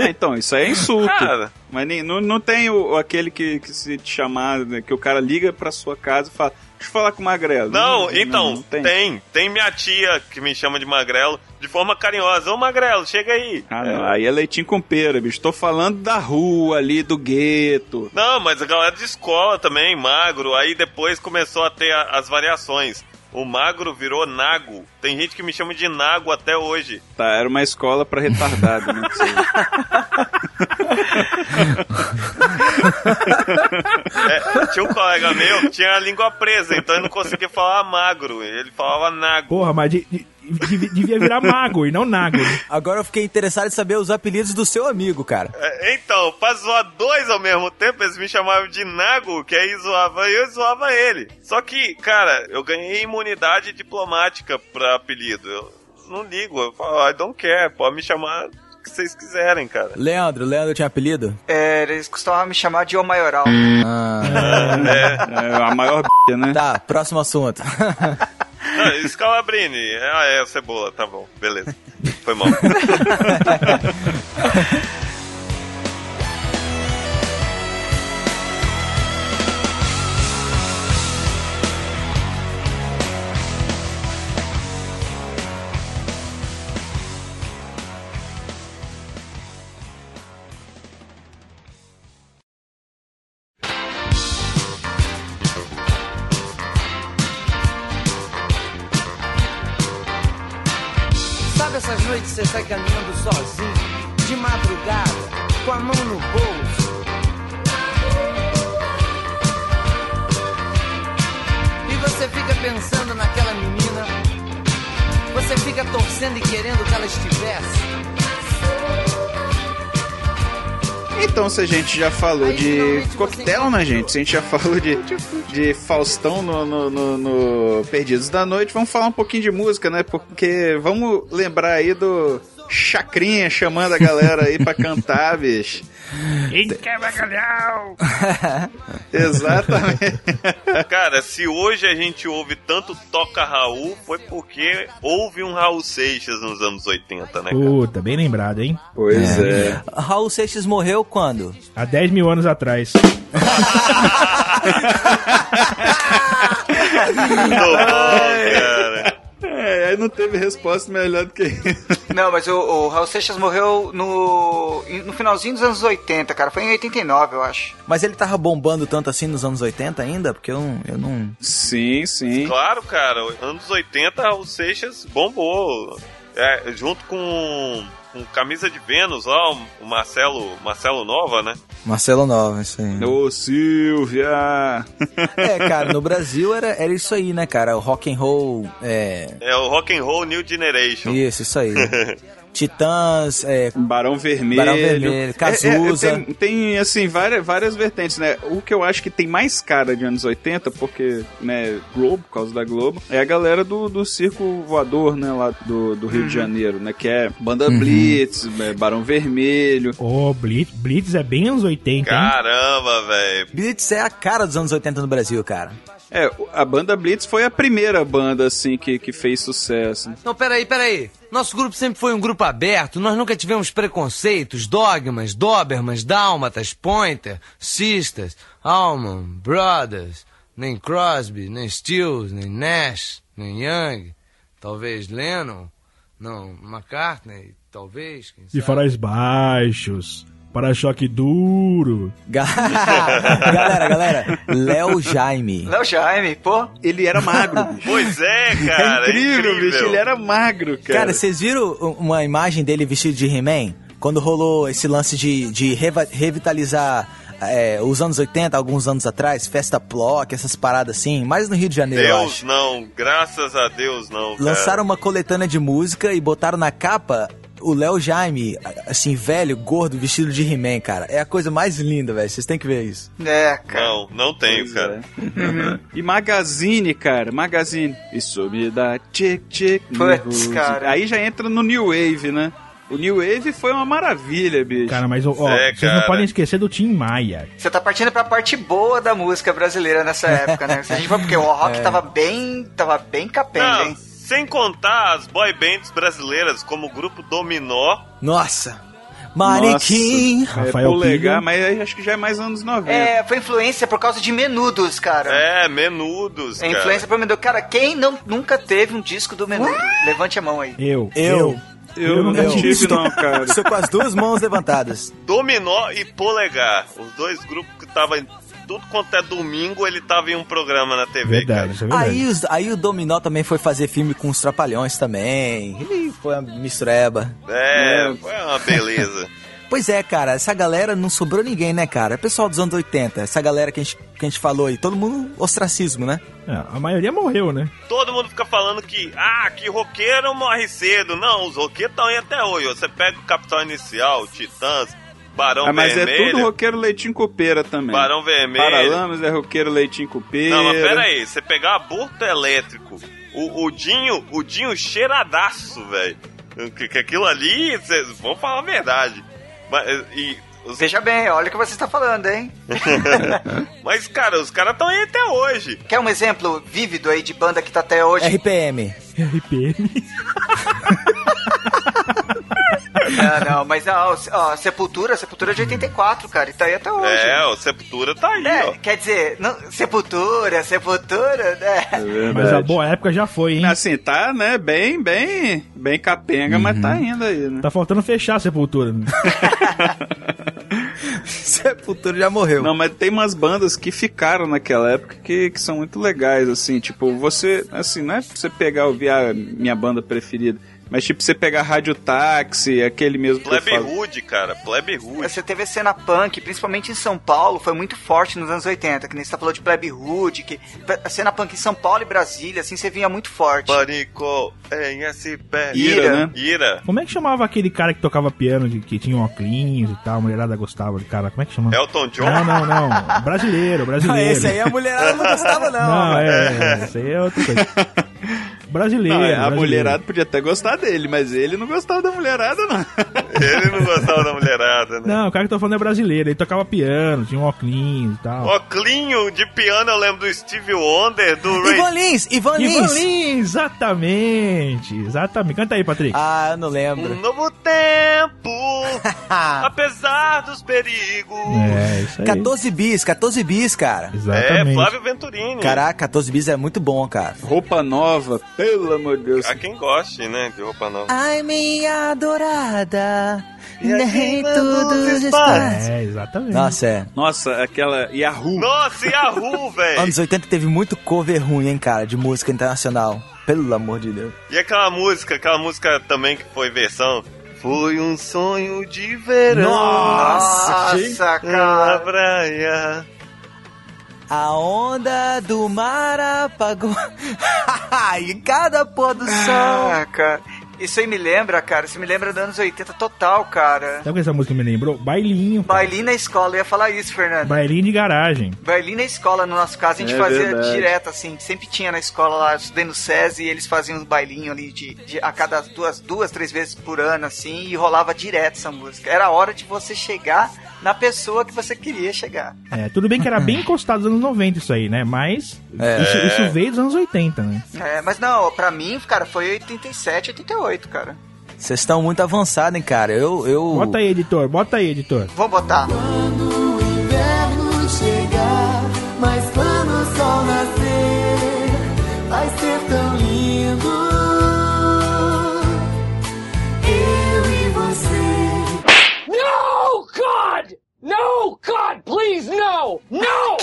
É, então, isso aí é insulto.
Cara,
Mas nem, não, não tem o, aquele que, que se te chamar, né, que o cara liga pra sua casa e fala, deixa eu falar com o Magrelo.
não, então,
não
tem. tem. minha tia que me chama de magrelo de forma carinhosa. Ô, magrelo, chega aí.
Ah, não, aí é leitinho com pera, bicho. Tô falando da rua ali, do gueto.
Não, mas a galera de escola também, magro. Aí depois começou a ter a- as variações. O magro virou nago. Tem gente que me chama de nago até hoje.
Tá, era uma escola pra retardado, né? que seja.
É, tinha um colega meu que tinha a língua presa, então ele não conseguia falar magro. Ele falava nago.
Porra, mas de- de- de- devia virar mago e não nago. né?
Agora eu fiquei interessado em saber os apelidos do seu amigo, cara.
É, Então, pra zoar dois ao mesmo tempo, eles me chamavam de Nago, que aí zoava eu e zoava ele. Só que, cara, eu ganhei imunidade diplomática pra apelido. Eu não ligo, eu falo, "Ah, I don't care, pode me chamar o que vocês quiserem, cara.
Leandro, Leandro tinha apelido?
É, eles costumavam me chamar de O Maioral.
Ah,
É a maior b, né?
tá, próximo assunto.
Não, Scalabrini, ah, é, cebola, tá bom, beleza. Foi mal.
Sabe essas noites que você sai caminhando sozinho, de madrugada,
com a mão no bolso. E você fica pensando naquela menina. Você fica torcendo e querendo que ela estivesse.
Então, se a gente já falou de coquetel, né, gente? Se a gente já falou de, de Faustão no, no, no- no Perdidos da Noite, vamos falar um pouquinho de música, né? Porque vamos lembrar aí do Chacrinha chamando a galera aí pra cantar, bicho.
Quem quer bacalhau?
Exatamente.
Cara, se hoje a gente ouve tanto Toca Raul, foi porque houve um Raul Seixas nos anos 80, né, cara?
Puta, bem lembrado, hein?
Pois é.
Raul Seixas morreu quando?
Há 10 mil anos atrás.
Muito bom, cara.
É, aí não teve resposta melhor do que isso.
Não, mas o, o Raul Seixas morreu no, no finalzinho dos anos 80, cara. Foi em 89, eu acho.
Mas ele tava bombando tanto assim nos anos 80 ainda? Porque eu, não- eu não.
Sim, sim.
Claro, cara, anos 80, Raul Seixas bombou. É, junto com, com Camisa de Vênus lá, o Marcelo, Marcelo Nova, né?
Marcelo Nova, isso aí.
Ô, Silvia!
É, cara, no Brasil era, era isso aí, né, cara? O rock and roll. É.
É o Rock and Roll New Generation.
Isso, isso aí. Titãs, é.
Barão Vermelho. É,
Barão Vermelho, Cazuza.
tem, tem, assim, várias, várias vertentes, né? O que eu acho que tem mais cara de anos 80, porque, né, Globo, por causa da Globo, é a galera do, do circo voador, né, lá do, do Rio de Janeiro, né? Que é Banda
Uhum.
Blitz, é, Barão Vermelho.
Ô, Blitz, Blitz é bem anos 80, hein?
Caramba, velho.
Blitz é a cara dos anos 80 no Brasil, cara.
É, a Banda Blitz foi a primeira banda, assim, que, que fez sucesso.
Não, peraí, peraí. Nosso grupo sempre foi um grupo aberto, nós nunca tivemos preconceitos, dogmas, dobermans, dálmatas, pointer, sisters, Allman, brothers, nem Crosby, nem Stills, nem Nash, nem Young, talvez Lennon, não, McCartney, talvez, quem
De
sabe.
faróis baixos, para-choque duro.
Ga- galera, galera. Léo Jaime.
Léo Jaime, pô.
Ele era magro, bicho.
Pois é, cara.
é incrível, bicho. Ele era magro, cara.
Cara, vocês viram uma imagem dele vestido de He-Man? Quando rolou esse lance de, de reva- revitalizar é, os anos 80, alguns anos atrás, festa block, essas paradas assim, mais no Rio de Janeiro, eu
Deus
acho.
não, graças a Deus não. Cara.
Lançaram uma coletânea de música e botaram na capa o Léo Jaime, assim, velho, gordo, vestido de He-Man, cara. É a coisa mais linda, velho. Vocês têm que ver isso.
É, cara.
Não, não tenho,
é.
cara.
E Magazine, cara, Magazine. Isso me dá tchic tchic.
Putz,
nervoso.
cara.
Aí já entra no New Wave, né? O New Wave foi uma maravilha, bicho.
Cara, mas ó, ó,
É,
vocês
cara.
não podem esquecer do Tim Maia.
Você tá partindo pra parte boa da música brasileira nessa época, né? Se a gente for porque o rock tava bem. tava bem capenga,
Não,
hein?
sem contar as boy bands brasileiras, como o grupo Dominó.
Nossa! Manequim!
Nossa,
Rafael
é polegar,
Pinho.
mas aí acho que já é mais anos 90.
É, foi influência por causa de menudos, cara.
É, menudos.
É
cara.
influência por menudo. Cara, quem não, nunca teve um disco do menudo? Levante a mão aí.
Eu.
Eu.
eu,
eu
não
não
tive, não, cara.
Estou com as duas mãos levantadas.
Dominó e Polegar. Os dois grupos que estavam em tudo quanto é domingo, ele tava em um programa na TV,
Verdade,
cara.
isso é verdade.
Aí, os- aí o Dominó também foi fazer filme com os Trapalhões também. Ele foi uma mistureba.
É, foi uma beleza.
Pois é, cara, essa galera não sobrou ninguém, né, cara? Pessoal dos anos 80, essa galera que a gente, que a gente falou aí, todo mundo ostracismo, né?
Ah, a maioria morreu, né?
Todo mundo fica falando que, ah, que roqueiro morre cedo. Não, os roqueiros estão aí até hoje. Você pega o Capitão Inicial, Titãs, Barão
Ah, mas é
Vermelho.
tudo roqueiro leitinho copeira também.
Barão Vermelho.
Paralamas é roqueiro leitinho copeira.
Não, mas pera aí, você pegar um aborto elétrico, o, o Dinho, o Dinho cheiradaço, velho. Que, que aquilo ali, vocês vão falar a verdade. Mas, e, os-
Veja bem, olha o que você está falando, hein?
mas, cara, os caras estão aí até hoje.
Quer um exemplo vívido aí de banda que tá até hoje?
É. RPM.
RPM.
Não, Ah, não, mas ó, ó, Sepultura, Sepultura é de 84, cara, e tá aí até hoje.
É, o Sepultura tá aí, ó.
É, quer dizer, não- Sepultura, Sepultura, né?
Mas a boa época já foi, hein?
É Assim, tá, né? Bem, bem, bem capenga, mas tá ainda aí, né?
Tá faltando fechar a sepultura. né?
Sepultura é já morreu.
Não, mas tem umas bandas que ficaram naquela época que, que são muito legais, assim. Tipo, você, assim, não é pra você pegar e ouvir a minha banda preferida. Mas tipo, você pegar rádio táxi, aquele mesmo.
Plebe Hood, cara. Plebe Hood.
Você teve a cena punk, principalmente em São Paulo, foi muito forte nos anos 80, que nem você falou de Plebe Hood, que a cena punk em São Paulo e Brasília, assim, você vinha muito forte.
Panico em SP.
Ira, né?
Ira.
Como é que chamava aquele cara que tocava piano, de, que tinha óculos e tal, a mulherada gostava de cara, como é que chamava?
Elton John?
Ah.
Não, não, não. Brasileiro, brasileiro.
Ah, esse aí a mulherada não gostava, não. né?
Não, é, é, esse aí é outra coisa. Brasileiro.
Não,
Não,
é, a mulherada podia até gostar dele, mas ele não gostava da mulherada, não.
Ele não gostava da mulherada, né?
Não, o cara que eu tô falando é brasileiro. Ele tocava piano, tinha um óculos e tal.
Oclinho de piano, eu lembro do Steve Wonder, do Ray.
Ivan Lins, Ivan
é. Ivan
Lins.
Lins, exatamente. Exatamente. Canta aí, Patrick.
Ah, eu não
Um
lembro. Ah,
novo tempo, apesar dos perigos.
É, isso aí.
14 bis, 14 bis, cara.
É,
Exatamente.
Flávio Venturini.
Caraca, 14 bis é muito bom, cara.
Roupa nova, pelo amor de Deus.
Há quem goste, né, de roupa nova.
Ai, minha adorada, nem
vamos
tudo
espaço.
está...
É, exatamente.
Nossa, é.
Nossa, aquela Yahoo.
Nossa, Yahoo, velho!
Anos 80 teve muito cover ruim, hein, cara, de música internacional. Pelo amor de Deus.
E aquela música, aquela música também que foi versão. Foi um sonho de verão.
Nossa, Nossa,
Na
cara.
praia.
A onda do mar apagou. e cada pôr do sol.
Ah, cara. Isso aí me lembra, cara. Isso me lembra dos anos 80 total, cara.
Sabe o que essa música me lembrou? Bailinho. cara.
Bailinho na escola, eu ia falar isso, Fernando.
Bailinho de garagem.
Berlim na escola, no nosso caso, a gente
É
fazia
verdade.
direto, assim. Sempre tinha na escola lá, eu estudei no SESI, e eles faziam uns bailinhos ali de, de- a cada duas, duas, três vezes por ano, assim, e rolava direto essa música. Era a hora de você chegar na pessoa que você queria chegar.
É, tudo bem que era bem encostado dos anos 90 isso aí, né? Mas
É.
isso, isso veio dos anos 80, né?
É, mas não, pra mim, cara, foi 87, 88, cara.
Vocês estão muito avançados, hein, cara. Eu. eu...
Bota aí, editor. Bota aí, editor.
Vou botar.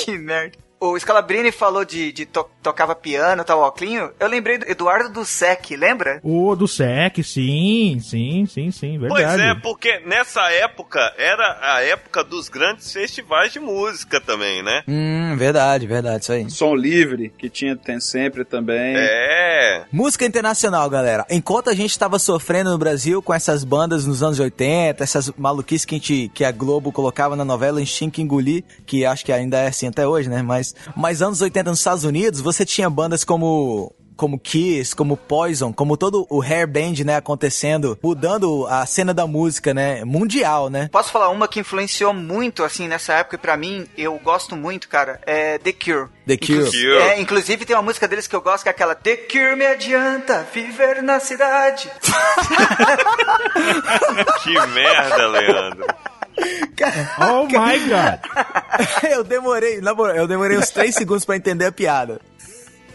Que merda. O Scalabrini falou de, de to- tocava piano, tal, oclinho. Eu lembrei do Eduardo Dussek, lembra?
O do SEC, sim, sim, sim, sim,
Pois
verdade.
é, porque nessa época era a época dos grandes festivais de música também, né?
Hum, verdade, verdade, isso aí.
Som livre, que tinha tem sempre também.
É.
Música internacional, galera. Enquanto a gente tava sofrendo no Brasil com essas bandas nos anos 80, essas maluquices que a, gente- que a Globo colocava na novela em Tinha que Engolir, que acho que ainda é assim até hoje, né? Mas, mas anos 80 nos Estados Unidos, você tinha bandas como como Kiss, como Poison, como todo o hair band, né, acontecendo, mudando a cena da música, né, mundial, né?
Posso falar uma que influenciou muito, assim, nessa época, e pra mim, eu gosto muito, cara, é The Cure.
The Cure.
Inclusive-
Cure.
É, inclusive tem uma música deles que eu gosto, que é aquela The Cure me adianta viver na cidade.
Que merda, Leandro.
Oh my god!
eu demorei, na moral, eu demorei uns 3 segundos pra entender a piada.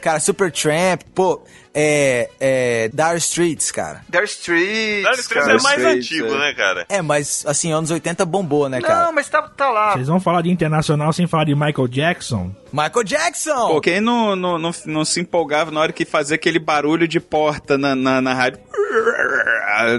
Cara, Super Tramp, pô, é, é Dire Streets, cara.
Dire Streets,
Dire Straits
cara.
é mais
Straits,
antigo,
é.
né, cara?
É, mas assim, anos 80 bombou, né, cara?
Não, mas tá, tá lá.
Vocês vão falar de internacional sem falar de Michael Jackson?
Michael Jackson!
Pô, quem não, não, não, não se empolgava na hora que fazia aquele barulho de porta na, na, na rádio?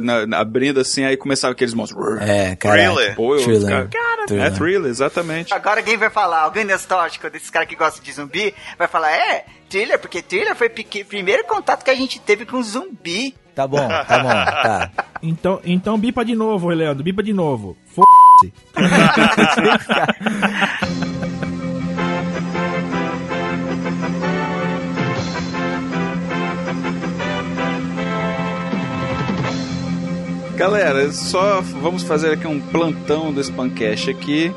Na- na- abrindo assim, aí começava aqueles monstros.
É, cara.
Thriller.
Pô, eu-
Thriller.
cara, é
Thriller.
thriller, exatamente.
Agora alguém vai falar, alguém nostálgico desses caras que gostam de zumbi, vai falar, é, Thriller, porque Thriller foi o pequ- primeiro contato que a gente teve com zumbi.
Tá bom, tá bom, tá.
Então, então bipa de novo, Leandro, bipa de novo. F...
Galera, só vamos fazer aqui um plantão do Spancast aqui,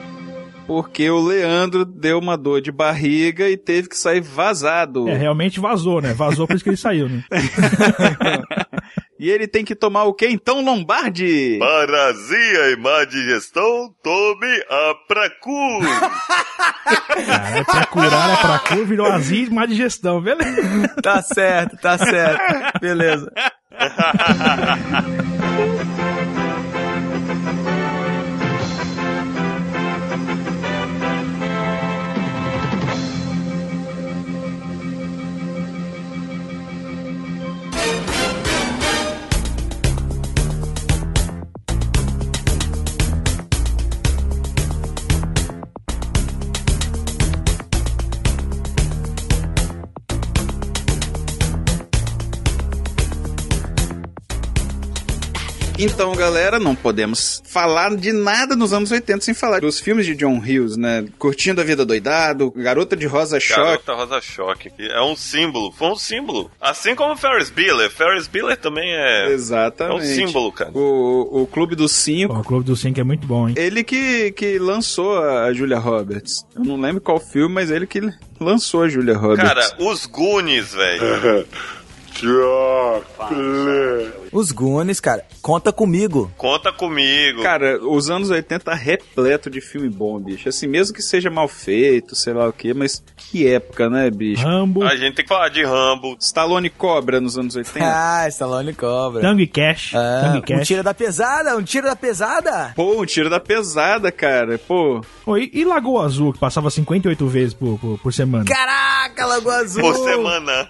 porque o Leandro deu uma dor de barriga e teve que sair vazado.
É, realmente vazou, né? Vazou por isso que ele saiu, né?
E ele tem que tomar o quê então,
É
Lombardi?
Parasia e má digestão, tome a Pracur.
Cara, é pra curar, é pra cura, virou aziz, má digestão, beleza?
Tá certo, tá certo. Beleza.
Então, galera, não podemos falar de nada nos anos 80 sem falar dos filmes de John Hughes, né? Curtindo a Vida Doidado, Garota de Rosa Choque.
Garota tá Rosa Choque. É um símbolo. Foi um símbolo. Assim como Ferris Bueller. Ferris Bueller também é...
Exatamente.
É um símbolo, cara.
O, o Clube dos Cinco.
o Clube dos Cinco é muito bom, hein?
Ele que, que lançou a Julia Roberts. Eu não lembro qual filme, mas ele que lançou a Julia Roberts.
Cara, os Goonies, velho.
Os Goonies, cara, conta comigo.
Conta comigo.
Cara, os anos 80 tá repleto de filme bom, bicho. Assim, mesmo que seja mal feito, sei lá o que, mas que época, né, bicho?
Rambo,
A gente tem que falar de Rambo.
Stallone Cobra nos anos 80.
Ah, Stallone Cobra.
Tango e Cash.
Ah,
Tango e
um
Cash.
tiro da pesada, um tiro da pesada.
Pô, o tiro da pesada, cara. Pô,
Pô, e, e Lagoa Azul, que passava 58 vezes por, por, por semana?
Caraca, Lagoa Azul.
Por semana.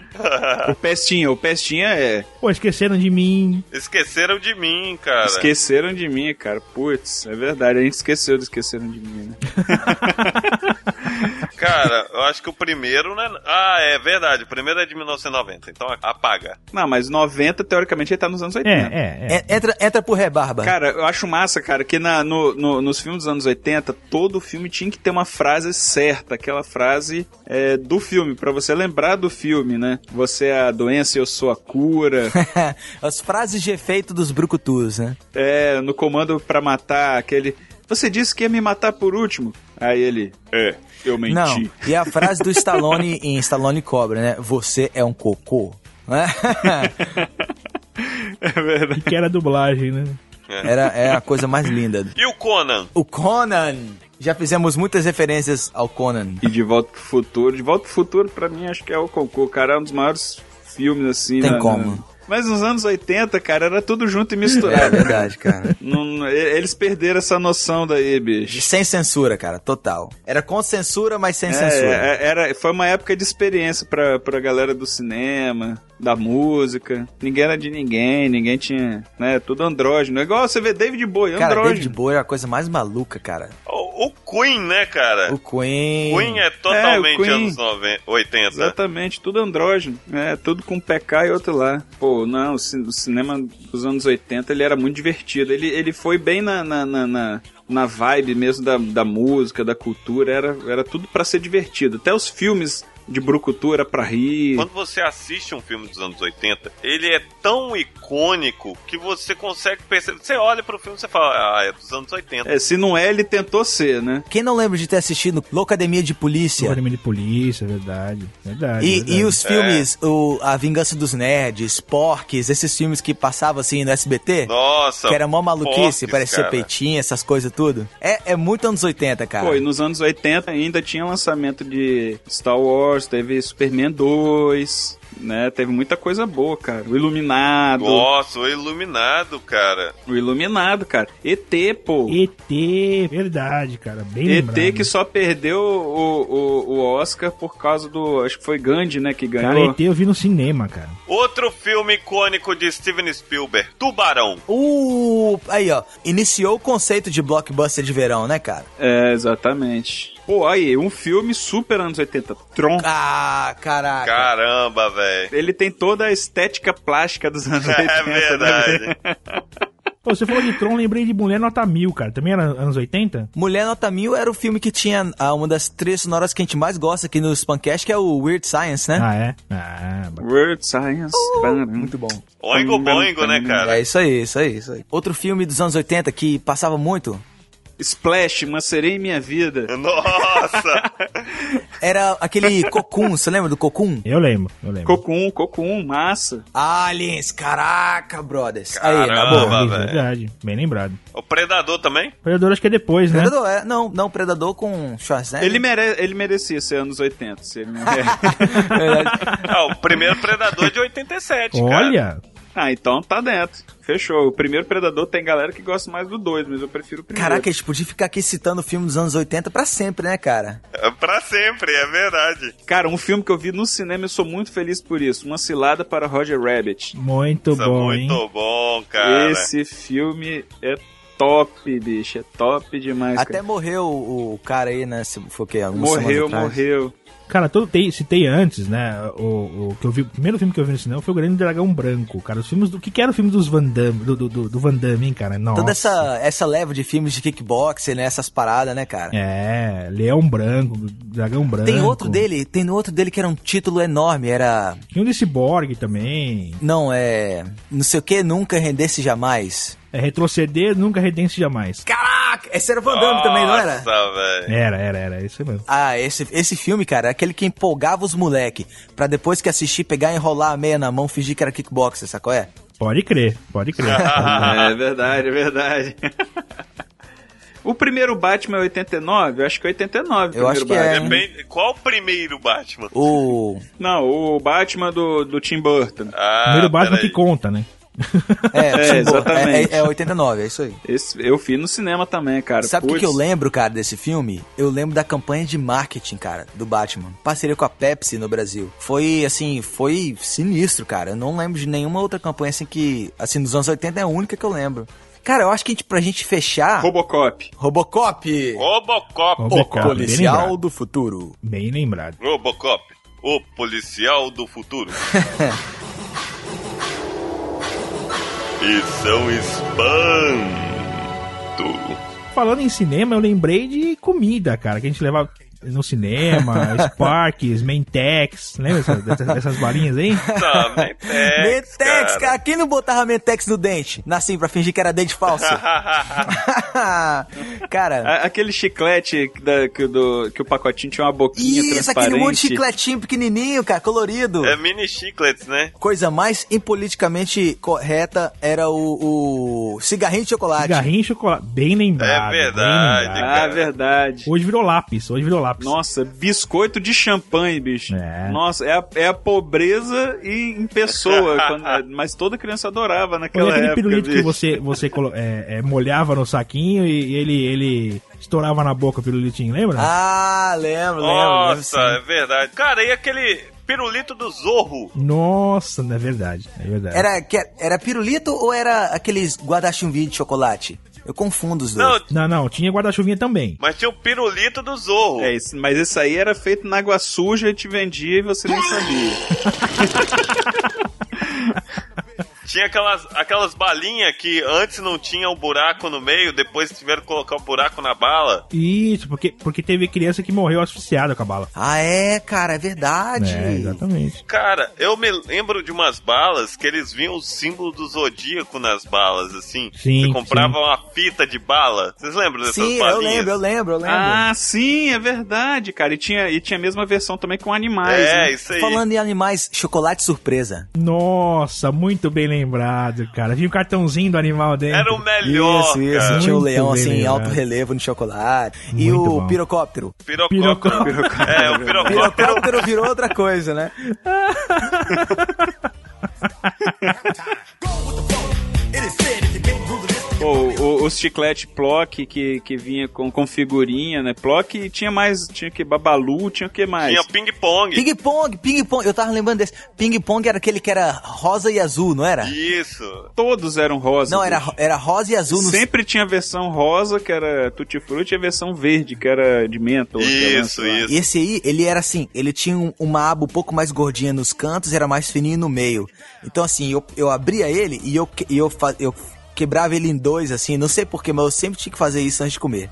o Pestinha, o Pestinha é.
Pô, esqueceram de mim.
Esqueceram de mim, cara.
Esqueceram de mim, cara. Putz, é verdade, a gente esqueceu de esqueceram de mim, né?
Cara, eu acho que o primeiro, né? Ah, é verdade. O primeiro é de 1990. Então apaga.
Não, mas 90, teoricamente, ele tá nos anos
É,
80.
é, é.
É, entra, entra pro rebarba.
Cara, eu acho massa, cara, que na- no- no- nos filmes dos anos 80, todo filme tinha que ter uma frase certa, aquela frase é, do filme, pra você lembrar do filme, né? Você é a doença, eu sou a cura.
As frases de efeito dos brucutus, né?
é, no comando pra matar, aquele. Você disse que ia me matar por último. Aí ele. É, eu menti.
Não, e a frase do Stallone em Stallone Cobra, né? Você é um cocô. né?
É verdade.
E que era dublagem, né?
Era, é a coisa mais linda.
E o Conan?
O Conan. Já fizemos muitas referências ao Conan.
E De Volta pro Futuro. De Volta pro Futuro, pra mim, acho que é o concurso. Cara, é um dos maiores filmes, assim.
Tem
na-
como.
na- Mas nos anos 80, cara, era tudo junto e
É
misturado.
verdade, cara.
Não- e- eles perderam essa noção daí, bicho.
Sem censura, cara, total. Era com censura, mas sem
É,
censura.
é, era, foi uma época de experiência pra, pra galera do cinema, da música. Ninguém era de ninguém, ninguém tinha. né, Tudo andrógeno. É igual você vê David Bowie,
Cara,
andrógeno.
David Bowie é a coisa mais maluca, cara.
O, o Queen, né, cara?
O Queen.
Queen é totalmente
É, o Queen.
anos 90, 80.
Exatamente, tudo andrógeno. É, tudo com um pé cá e outro lá. Pô, não, o, ci- o cinema dos anos 80 ele era muito divertido. Ele, ele foi bem na, na, na, na- na vibe mesmo da, da música, da cultura. Era, era tudo pra ser divertido. Até os filmes de Brucutu era pra rir.
Quando você assiste um filme dos anos 80, ele é tão icônico que você consegue perceber. Você olha pro filme e você fala, ah, é dos anos 80.
É, se não é, ele tentou ser, né?
Quem não lembra de ter assistido Locademia de Polícia?
Academia de Polícia, verdade. Verdade.
E,
verdade.
e os filmes, o, A Vingança dos Nerds, Porques, esses filmes que passavam assim no SBT?
Nossa.
Que era mó maluquice,
Porques,
parecia
cara.
peitinho, essas coisas tudo. É, é muito anos 80, cara.
Pô, e nos anos 80 ainda tinha lançamento de Star Wars, teve Superman 2, né? Teve muita coisa boa, cara. O Iluminado.
Nossa, o Iluminado, cara.
O Iluminado, cara. ET, pô.
ET, verdade, cara. Bem lembrado.
ET que só perdeu o, o, o Oscar por causa do. Acho que foi Gandhi, né? Que
Cara,
ganhou.
ET eu vi no cinema, cara.
Outro filme icônico de Steven Spielberg, Tubarão.
Uh, aí, ó. Iniciou o conceito de blockbuster de verão, né, cara?
É, exatamente. Pô, aí, um filme super anos 80. Tron.
Ah, caraca.
Caramba, velho.
Ele tem toda a estética plástica dos anos 80.
É
né?
verdade.
Pô, você falou de Tron, lembrei de Mulher Nota Mil, cara. Também era anos 80?
Mulher Nota Mil era o filme que tinha ah, uma das trilhas sonoras que a gente mais gosta aqui no Spancast, que é o Weird Science, né?
Ah, é? Ah, bacana.
World Science.
Muito bom.
Oingo Boingo, né, cara?
É isso aí, isso aí, isso aí. Outro filme dos anos 80 que passava muito
Splash, macerei minha vida.
Nossa!
era aquele Cocoon, você lembra do Cocoon?
Eu lembro, eu lembro.
Cocum, Cocum, um, massa.
Aliens, caraca, brothers. Aí, na
Caramba,
boa.
Ah,
velho.
verdade, bem lembrado.
o Predador também?
Predador acho que é depois, né?
Predador, é, não, não, Predador com Schwarzenegger.
Ele, mere... ele merecia ser anos 80. Se ele não é.
Verdade.
Ah, o primeiro Predador de 87, cara.
Olha,
ah, então tá dentro. Fechou. O primeiro Predador tem galera que gosta mais do 2, mas eu prefiro o primeiro.
Caraca, a gente podia ficar aqui citando o filme dos anos 80 pra sempre, né, cara?
É Pra sempre, é verdade.
Cara, um filme que eu vi no cinema, eu sou muito feliz por isso. Uma cilada para Roger Rabbit.
muito
Isso é
bom,
muito
hein?
bom, cara.
Esse filme é top, bicho. É top demais,
Até
cara.
morreu o cara aí, né? Se foi o quê? Algumas semanas
Morreu,
atrás.
morreu.
Cara, todo tem, citei antes, né? O, o que eu vi, o primeiro filme que eu vi no cinema foi o Grande Dragão Branco, cara. Os filmes do que, que era o filme dos Van Damme, do, do, do, do Van Damme, hein, cara? Nossa.
Toda essa, essa leva de filmes de kickboxer, né? Essas paradas, né, cara?
É, Leão Branco, Dragão Branco.
Tem outro dele, tem outro dele que era um título enorme, era.
Tinha um desse Borg também.
Não, é. Não sei o que, nunca render-se jamais.
É retroceder, nunca redense jamais.
Caraca! Esse era o Van Damme Nossa, também, não era?
Véio.
Era, era, era. Esse mesmo.
Ah, esse, esse filme, cara, é aquele que empolgava os moleque pra depois que assistir, pegar e enrolar a meia na mão, fingir que era kickboxer, sacou? É?
Pode crer, pode crer.
é verdade, é verdade. O primeiro Batman é 89? Eu acho que é 89.
Eu acho que Batman.
né?
é.
Bem... Qual o primeiro Batman?
O...
Não, o Batman do, do Tim Burton.
Ah, o primeiro Batman que conta, né?
É, é exatamente. É, é, 89, é isso aí.
Esse, eu vi no cinema também, cara.
Sabe o que, que eu lembro, cara, desse filme? Eu lembro da campanha de marketing, cara, do Batman. Parceria com a Pepsi no Brasil. Foi, assim, foi sinistro, cara. Eu não lembro de nenhuma outra campanha, assim, que... Assim, nos anos 80 é a única que eu lembro. Cara, eu acho que a gente, pra gente fechar...
Robocop.
Robocop!
Robocop!
Robocop. O policial do futuro.
Bem lembrado.
Robocop. O policial do futuro. e são espanto.
Falando em cinema, eu lembrei de comida, cara, que a gente levava no cinema, Sparks, Mentex, lembra dessas, dessas balinhas aí?
Não, Mentex, Mentex,
cara. Quem não botava Mentex no dente? Nasci pra fingir que era dente falso. cara...
A, aquele chiclete da, que, do, que o pacotinho tinha uma boquinha
Isso,
transparente.
aquele monte de chicletinho pequenininho, cara, colorido.
É mini chicletes, né?
Coisa mais impoliticamente correta era o, o cigarrinho de chocolate.
Cigarrinho de chocolate, bem lembrado.
É verdade,
bem lembrado.
Ah, verdade.
Hoje virou lápis, hoje virou lápis.
Nossa, biscoito de champanhe, bicho.
É.
Nossa, é a, é a pobreza e, em pessoa. quando, mas toda criança adorava naquela
Olha é aquele
época.
pirulito bicho. que você, você é, molhava no saquinho e ele, ele estourava na boca o pirulitinho, lembra?
Ah, lembro,
Nossa,
lembro.
Nossa, é verdade. Cara, e aquele pirulito do Zorro.
Nossa, é verdade, é verdade.
Era, era pirulito ou era aqueles guarda-chuvinho de chocolate? Eu confundo os dois.
Não, não, não tinha guarda-chuvinha também.
Mas tinha o pirulito do Zorro.
É, isso, mas isso aí era feito na água suja e te vendia e você nem sabia.
tinha aquelas, aquelas balinhas que antes não tinha um buraco no meio, depois tiveram que colocar o um buraco na bala.
Isso, porque, porque teve criança que morreu asfixiada com a bala.
Ah, é, cara, é verdade.
É, exatamente.
Cara, eu me lembro de umas balas que eles vinham o símbolo do zodíaco nas balas, assim.
Sim.
Você comprava
sim.
uma fita de bala. Vocês lembram dessas
sim,
balinhas?
Sim, eu lembro, eu lembro, eu lembro.
Ah, sim, é verdade, cara. E tinha, e tinha a mesma versão também com animais.
É,
né?
isso aí.
Falando em animais, chocolate surpresa.
Nossa, muito bem lembrado lembrado, cara. Vinha o um cartãozinho do animal dentro.
Era um o melhor.
Isso, isso.
Cara.
Tinha o um leão assim, lembrado. alto relevo no chocolate. Muito e o bom. pirocóptero.
Pirocóptero. pirocóptero. É, o pirocóptero.
pirocóptero virou outra coisa, né?
O, o, o, chiclete Plock que, que vinha com, com figurinha, né? Plock tinha mais, tinha que Babalu, tinha o que mais?
Tinha Ping Pong.
Ping Pong, Ping Pong, eu tava lembrando desse. Ping Pong era aquele que era rosa e azul, não era?
Isso.
Todos eram rosa.
Não, era, era rosa e azul. No...
Sempre tinha a versão rosa, que era Tutti Frutti, e a versão verde, que era de né, menta.
Isso, isso.
E esse aí, ele era assim, ele tinha um, uma aba um pouco mais gordinha nos cantos, era mais fininho no meio. Então assim, eu, eu abria ele e eu, e eu, eu quebrava ele em dois, assim, não sei porquê, mas eu sempre tinha que fazer isso antes de comer.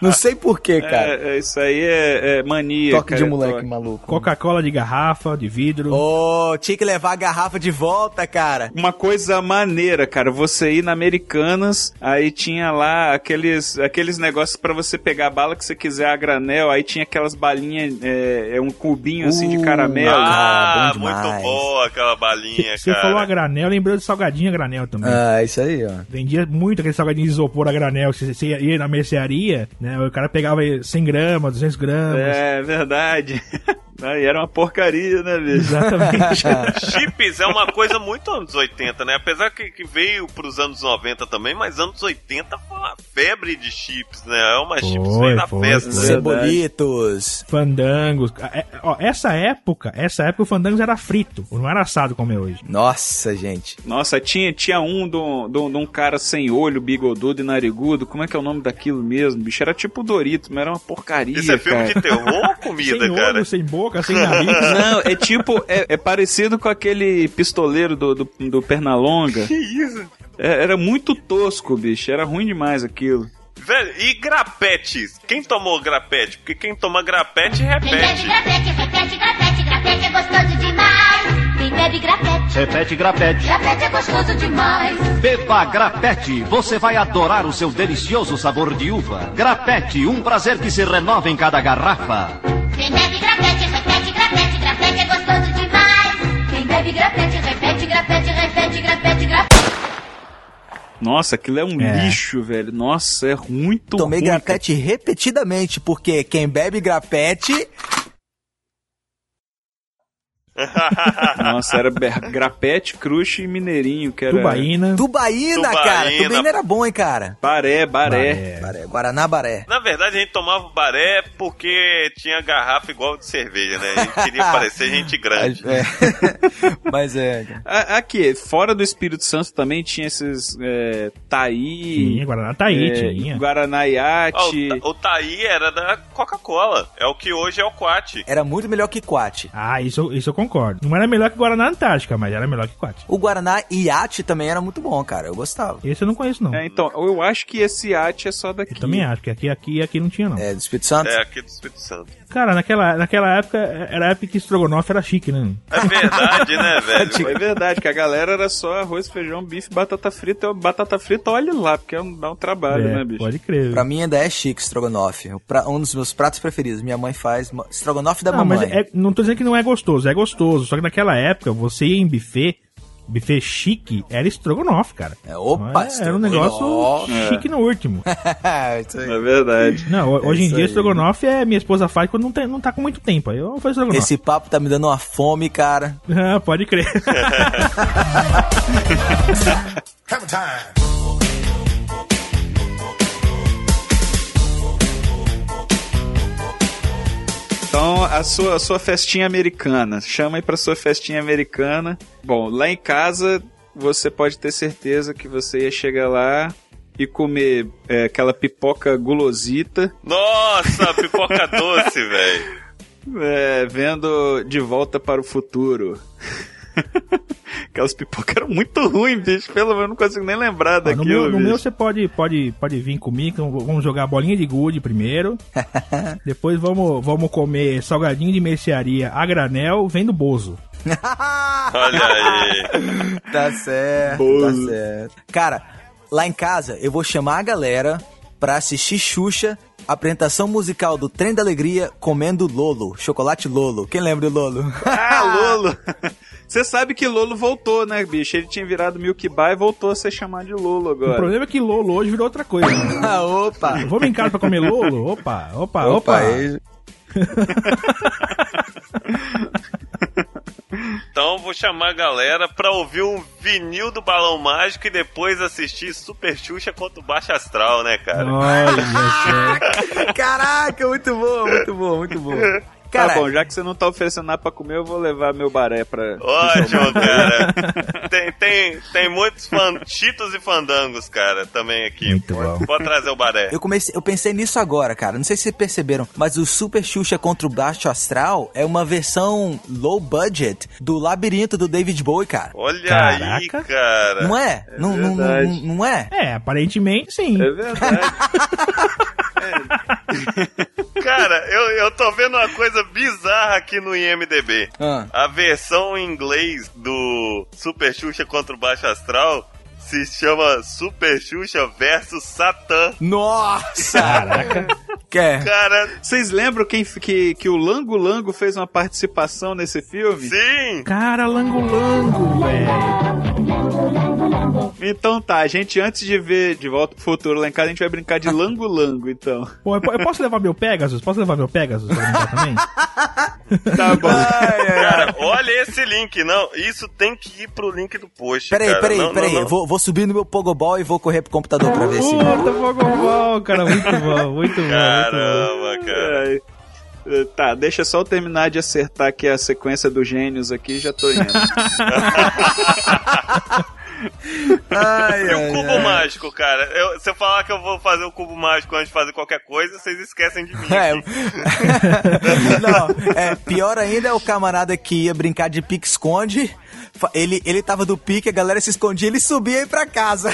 não sei porquê, cara.
É, é, isso aí é, é mania.
Toque
cara,
de moleque
toque.
maluco. né?
Coca-Cola de garrafa, de vidro.
Ô, oh, tinha que levar a garrafa de volta, cara.
Uma coisa maneira, cara, você ir na Americanas, aí tinha lá aqueles, aqueles negócios para você pegar a bala que você quiser a granel, aí tinha aquelas balinhas, é, um cubinho assim
Uh,
de caramelo.
Ah, ah bom muito boa aquela balinha,
cê,
cara. Você
falou a granel, lembrou de salgadinha a granel também.
Ah, isso aí, ó.
Vendia muito aquele salgadinho de isopor a granel. Você, você ia na mercearia, né? O cara pegava 100 gramas, 200 gramas.
É, verdade. Aí era uma porcaria, né, bicho?
Exatamente.
Chips é uma coisa muito anos 80, né? Apesar que, que veio pros anos 90 também, mas anos 80 uma febre de chips, né? É uma chips foi, da festa. Né?
Cebolitos.
Fandangos. É, ó, essa época, essa época o fandangos era frito, não era assado como é hoje.
Nossa, gente.
Nossa, tinha, tinha um de um cara sem olho, bigodudo e narigudo. Como é que é o nome daquilo mesmo, bicho? Era tipo Doritos, mas era uma porcaria.
Isso é filme
cara.
de terror ou comida,
sem
cara?
Olho, sem boca, sem nariz. Não,
é tipo, é, é parecido com aquele pistoleiro do, do, do Pernalonga.
Que isso?
É, era muito tosco, bicho. Era ruim demais aquilo.
Velho, e grapetes? Quem tomou grapete? Porque quem toma grapete, repete.
Quem bebe grapete, repete grapete. Grapete é gostoso demais. Quem bebe grapete.
Repete grapete.
Grapete é gostoso demais.
Beba grapete. Você vai adorar o seu delicioso sabor de uva. Grapete, um prazer que se renova em cada garrafa.
Quem bebe grapete, repete grapete. Grapete é gostoso demais. Quem bebe grapete, repete grapete, repete grapete, grapete.
Nossa, aquilo é um é. lixo, velho. Nossa, é muito
Tomei
ruim.
grapete repetidamente, porque quem bebe grapete.
Nossa, era grapete, crush e mineirinho, que era...
Tubaína.
Tubaína, Tubaína. cara. Tubaína era bom, hein, cara.
Baré, baré.
baré. baré. Guaraná, baré.
Na verdade, a gente tomava baré porque tinha garrafa igual de cerveja, né? A gente queria parecer gente grande.
É. Mas é...
Aqui, fora do Espírito Santo também tinha esses é, Taí...
Tinha, Guaraná Taí, é, tinha.
Guaraná Iate...
Oh, o, o Taí era da Coca-Cola. É o que hoje é o Quate.
Era muito melhor que Quate.
Ah, isso, isso eu concordo. Não era melhor que Guaraná Antártica, mas era melhor que Quate.
O Guaraná Iate também era muito bom, cara. Eu gostava.
Esse eu não conheço, não.
É, então, eu acho que esse Iate é só daqui.
Eu também acho, porque aqui, aqui, aqui não tinha, não.
É, do Espírito Santo?
É, aqui do Espírito Santo.
Cara, naquela, naquela época, era a época que estrogonofe era chique, né?
É verdade, né, velho?
É verdade, que a galera era só arroz, feijão, bife, batata frita. Batata frita, olha lá, porque dá um trabalho,
é,
né, bicho?
pode crer.
Pra mim ainda é chique estrogonofe. Um dos meus pratos preferidos. Minha mãe faz estrogonofe da
não,
mamãe.
Mas é, não tô dizendo que não é gostoso, é gostoso gostoso. Só que naquela época, você ia em buffet, buffet chique, era estrogonofe, cara.
É, opa,
é, Era um negócio é. chique no último.
é verdade.
Não, hoje é em dia, aí. estrogonofe é minha esposa faz quando não, tem, não tá com muito tempo. Aí eu faço estrogonofe.
Esse papo tá me dando uma fome, cara.
ah, pode crer.
Então, a sua, a sua festinha americana. Chama aí pra sua festinha americana. Bom, lá em casa, você pode ter certeza que você ia chegar lá e comer é, aquela pipoca gulosita.
Nossa, pipoca doce, velho.
É, vendo De Volta para o Futuro. Aquelas pipocas eram muito ruins, bicho. Pelo menos não consigo nem lembrar ah, daquilo.
No meu,
bicho.
no meu você pode, pode, pode vir comigo. Vamos jogar bolinha de gude primeiro. Depois vamos, vamos comer salgadinho de mercearia a granel, vendo bozo.
Olha aí.
tá certo, bozo. tá certo. Cara, lá em casa eu vou chamar a galera pra assistir Xuxa apresentação musical do Trem da Alegria comendo Lolo, chocolate Lolo. Quem lembra do Lolo?
tá
Ah, Lolo! Você sabe que Lolo voltou, né, bicho? Ele tinha virado Milk Bar e voltou a ser chamado de Lolo agora.
O problema é que Lolo hoje virou outra coisa. né?
ah, opa!
Vamos em casa pra comer Lolo? Opa, opa, opa! opa.
Então vou chamar a galera pra ouvir um vinil do Balão Mágico e depois assistir Super Xuxa contra o Baixo Astral, né, cara?
Olha, Caraca, muito bom, muito bom, muito bom.
Cara, tá bom, já que você não tá oferecendo nada pra comer, eu vou levar meu baré pra.
Ótimo, cara. tem, tem, tem muitos fantitos e fandangos, cara, também aqui.
Muito bom.
Pode trazer o baré.
Eu, comecei, eu pensei nisso agora, cara. Não sei se vocês perceberam, mas o Super Xuxa contra o Baixo Astral é uma versão low budget do Labirinto do David Bowie, cara.
Olha Caraca. aí, cara.
Não é? é não, não, não, não é?
É, aparentemente sim.
É verdade.
Cara, eu, eu tô vendo uma coisa bizarra aqui no IMDB. Ah. A versão em inglês do Super Xuxa contra o Baixo Astral se chama Super Xuxa versus Satã.
Nossa! Caraca! Quer?
Cara,
vocês lembram quem, que, que o Lango Lango fez uma participação nesse filme?
Sim!
Cara, Lango Lango, velho!
Então tá, a gente antes de ver De Volta pro Futuro lá em casa, a gente vai brincar de Lango Lango, então.
Pô, eu posso levar meu Pegasus? Posso levar meu Pegasus pra brincar também?
Tá bom.
cara, olha esse link. Não, isso tem que ir pro link do post.
Peraí,
cara.
peraí,
Não, não,
peraí.
não.
Vou, vou subir no meu Pogobol e vou correr pro computador pra ver se.
Puta, Pogobol, cara, muito bom, muito bom.
Caramba, cara.
Ai. Eh, Tá, deixa só eu terminar de acertar aqui a sequência dos gênios aqui e já tô indo.
Ai,
E o cubo mágico, cara. Eu- se eu falar que eu vou fazer o cubo mágico antes de fazer qualquer coisa, vocês esquecem de mim.
É. Não, é, pior ainda é o camarada que ia brincar de pique-esconde. Fa- Ele, ele tava do pique, a galera se escondia, ele subia e ia pra casa.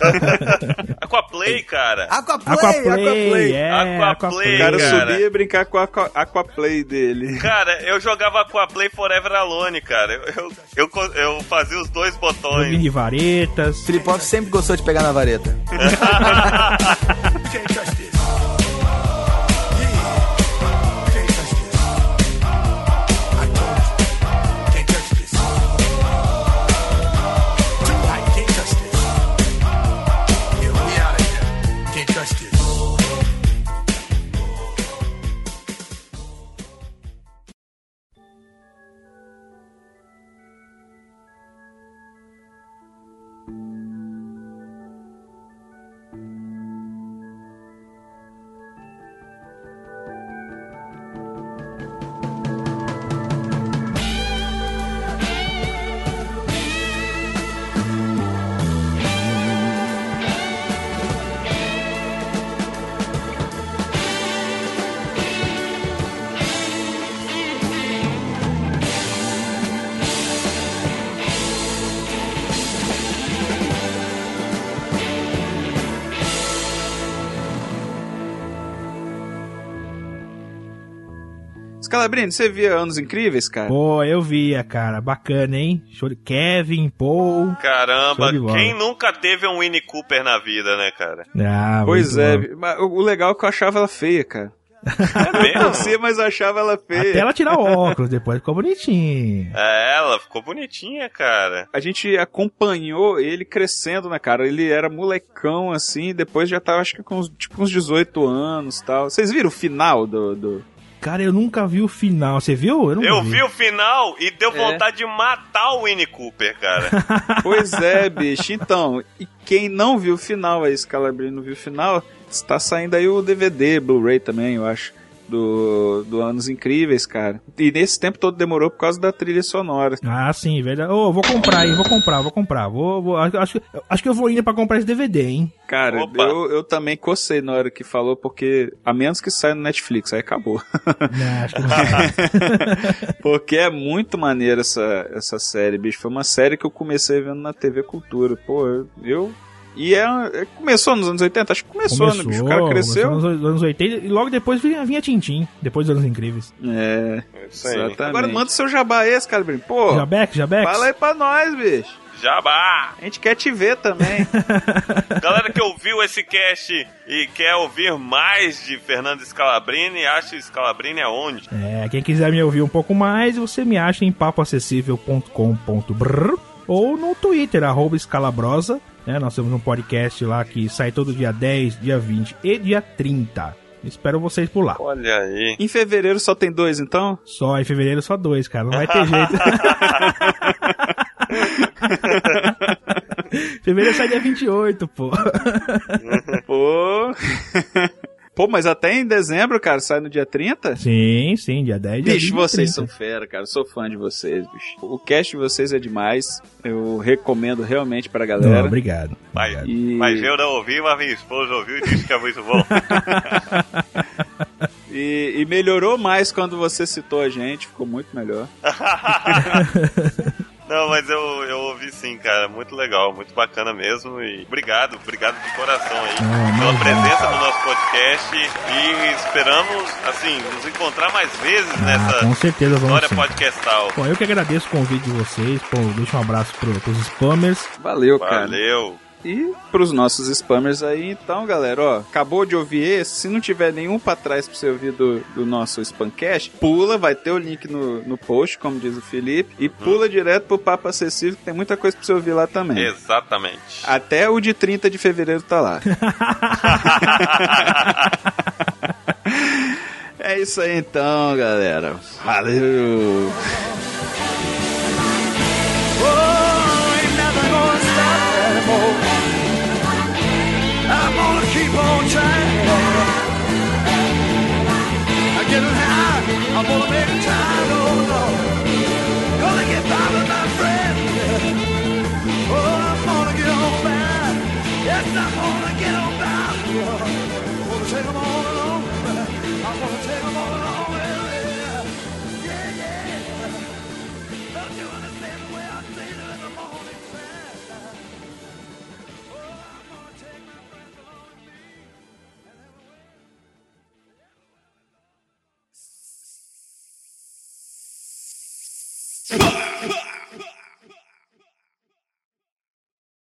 Aquaplay, cara.
Aquaplay,
Aquaplay,
Aquaplay.
é,
Aquaplay,
o cara,
cara.
subia e brincar com a aqua- Aquaplay dele.
Cara, eu jogava Aquaplay Forever Alone, cara. Eu, eu, eu, co- eu fazia os dois botões.
Mini varetas.
Tripov sempre gostou de pegar na vareta.
Scalabrini, você via Anos Incríveis, cara?
Pô, eu via, cara. Bacana, hein? Show de Kevin, Paul.
Caramba,
Show de bola.
quem nunca teve um Winnie Cooper na vida, né, cara?
Ah,
pois
muito
é,
bom.
mas o o legal é que eu achava ela feia, cara.
É
Eu não
mesmo?
sei, mas eu achava ela feia.
Até ela tirar o óculos, depois ficou bonitinho.
É, ela ficou bonitinha, cara.
A gente acompanhou ele crescendo, né, cara? Ele era molecão, assim, e depois já tava, acho que com uns, tipo, uns 18 anos e tal. Vocês viram o final do... do...
Cara, eu nunca vi o final. Você viu? nunca
Eu vi o final e deu
É.
vontade de matar o Winnie Cooper, cara.
Pois é, bicho. Então, e quem não viu o final, aí Scalabrini não viu o final, está saindo aí o DVD, Blu-ray também, eu acho, do, do Anos Incríveis, cara. E nesse tempo todo demorou por causa da trilha sonora.
Ah, sim, velho. Ô, vou comprar, hein? Vou comprar, vou comprar. Vou, vou- acho, acho, acho que eu vou indo pra comprar esse DVD, hein?
Cara,
Opa.
eu, eu também cocei na hora que falou, porque a menos que saia no Netflix, aí acabou.
Não, Né, acho que não.
Porque é muito maneira essa, essa série, bicho. Foi uma série que eu comecei vendo na TV Cultura. Pô, eu. eu- e é, é- começou nos anos 80? Acho que começou, né, bicho? O cara cresceu.
começou nos anos 80 e logo depois vinha, vinha Tintim, depois dos Anos Incríveis.
É,
Isso aí.
exatamente. Agora manda o seu jabá esse, cara, Brinco. Pô,
Jabex, Jabex?
fala aí pra nós, bicho.
Jabá!
A gente quer te ver também.
Galera que ouviu esse cast e quer ouvir mais de Fernando Scalabrini, acha o Scalabrini aonde?
É, quem quiser me ouvir um pouco mais, você me acha em papoacessível.com.br ou no Twitter, arroba escalabrosa. né? nós temos um podcast lá que sai todo dia 10, dia 20 e dia 30. Espero vocês por lá.
Olha aí.
em fevereiro só tem dois, então?
Só em fevereiro só dois, cara. Não vai ter jeito. fevereiro sai dia 28, pô.
Pô. Pô, mas até em dezembro, cara, sai no dia 30?
Sim, sim, dia 10 dia
Bicho,
20, 30.
vocês são fera, cara. Eu sou fã de vocês, bicho. O cast de vocês é demais. Eu recomendo realmente pra
Não,
galera.
obrigado.
Mas,
E-
mas eu não ouvi, mas minha esposa ouviu e disse que é muito bom.
E, e melhorou mais quando você citou a gente. Ficou muito melhor.
Não, mas eu, eu ouvi sim, cara. Muito legal, muito bacana mesmo. E obrigado, obrigado de coração
Ah,
aí pela presença no nosso podcast. E esperamos, assim, nos encontrar mais vezes
Ah, com
nessa
certeza vamos
história
sim.
podcastal.
Bom, eu que agradeço o convite de vocês. Pô, deixa um abraço pro, pros spammers.
Valeu, cara.
Valeu.
E pros nossos spammers aí, então, galera, ó. Acabou de ouvir esse. Se não tiver nenhum pra trás pra você ouvir do, do nosso spamcast, pula. Vai ter o link no, no post, como diz o Felipe. E pula direto pro Papo Acessível, que tem muita coisa pra você ouvir lá também.
Exatamente.
Até o de 30 de fevereiro tá lá. é
É isso aí então, galera. Valeu!
I'm gonna keep on trying. I'm getting high. I'm gonna make it time. Oh no, gonna get by with my friend. Oh, I'm gonna get on by. Yes, I'm gonna get on by. I'm gonna take 'em all along. I'm gonna take 'em all along. Yeah, yeah. yeah. Don't you understand the way I feel in the morning time? Oh, I'm gonna take my breath along.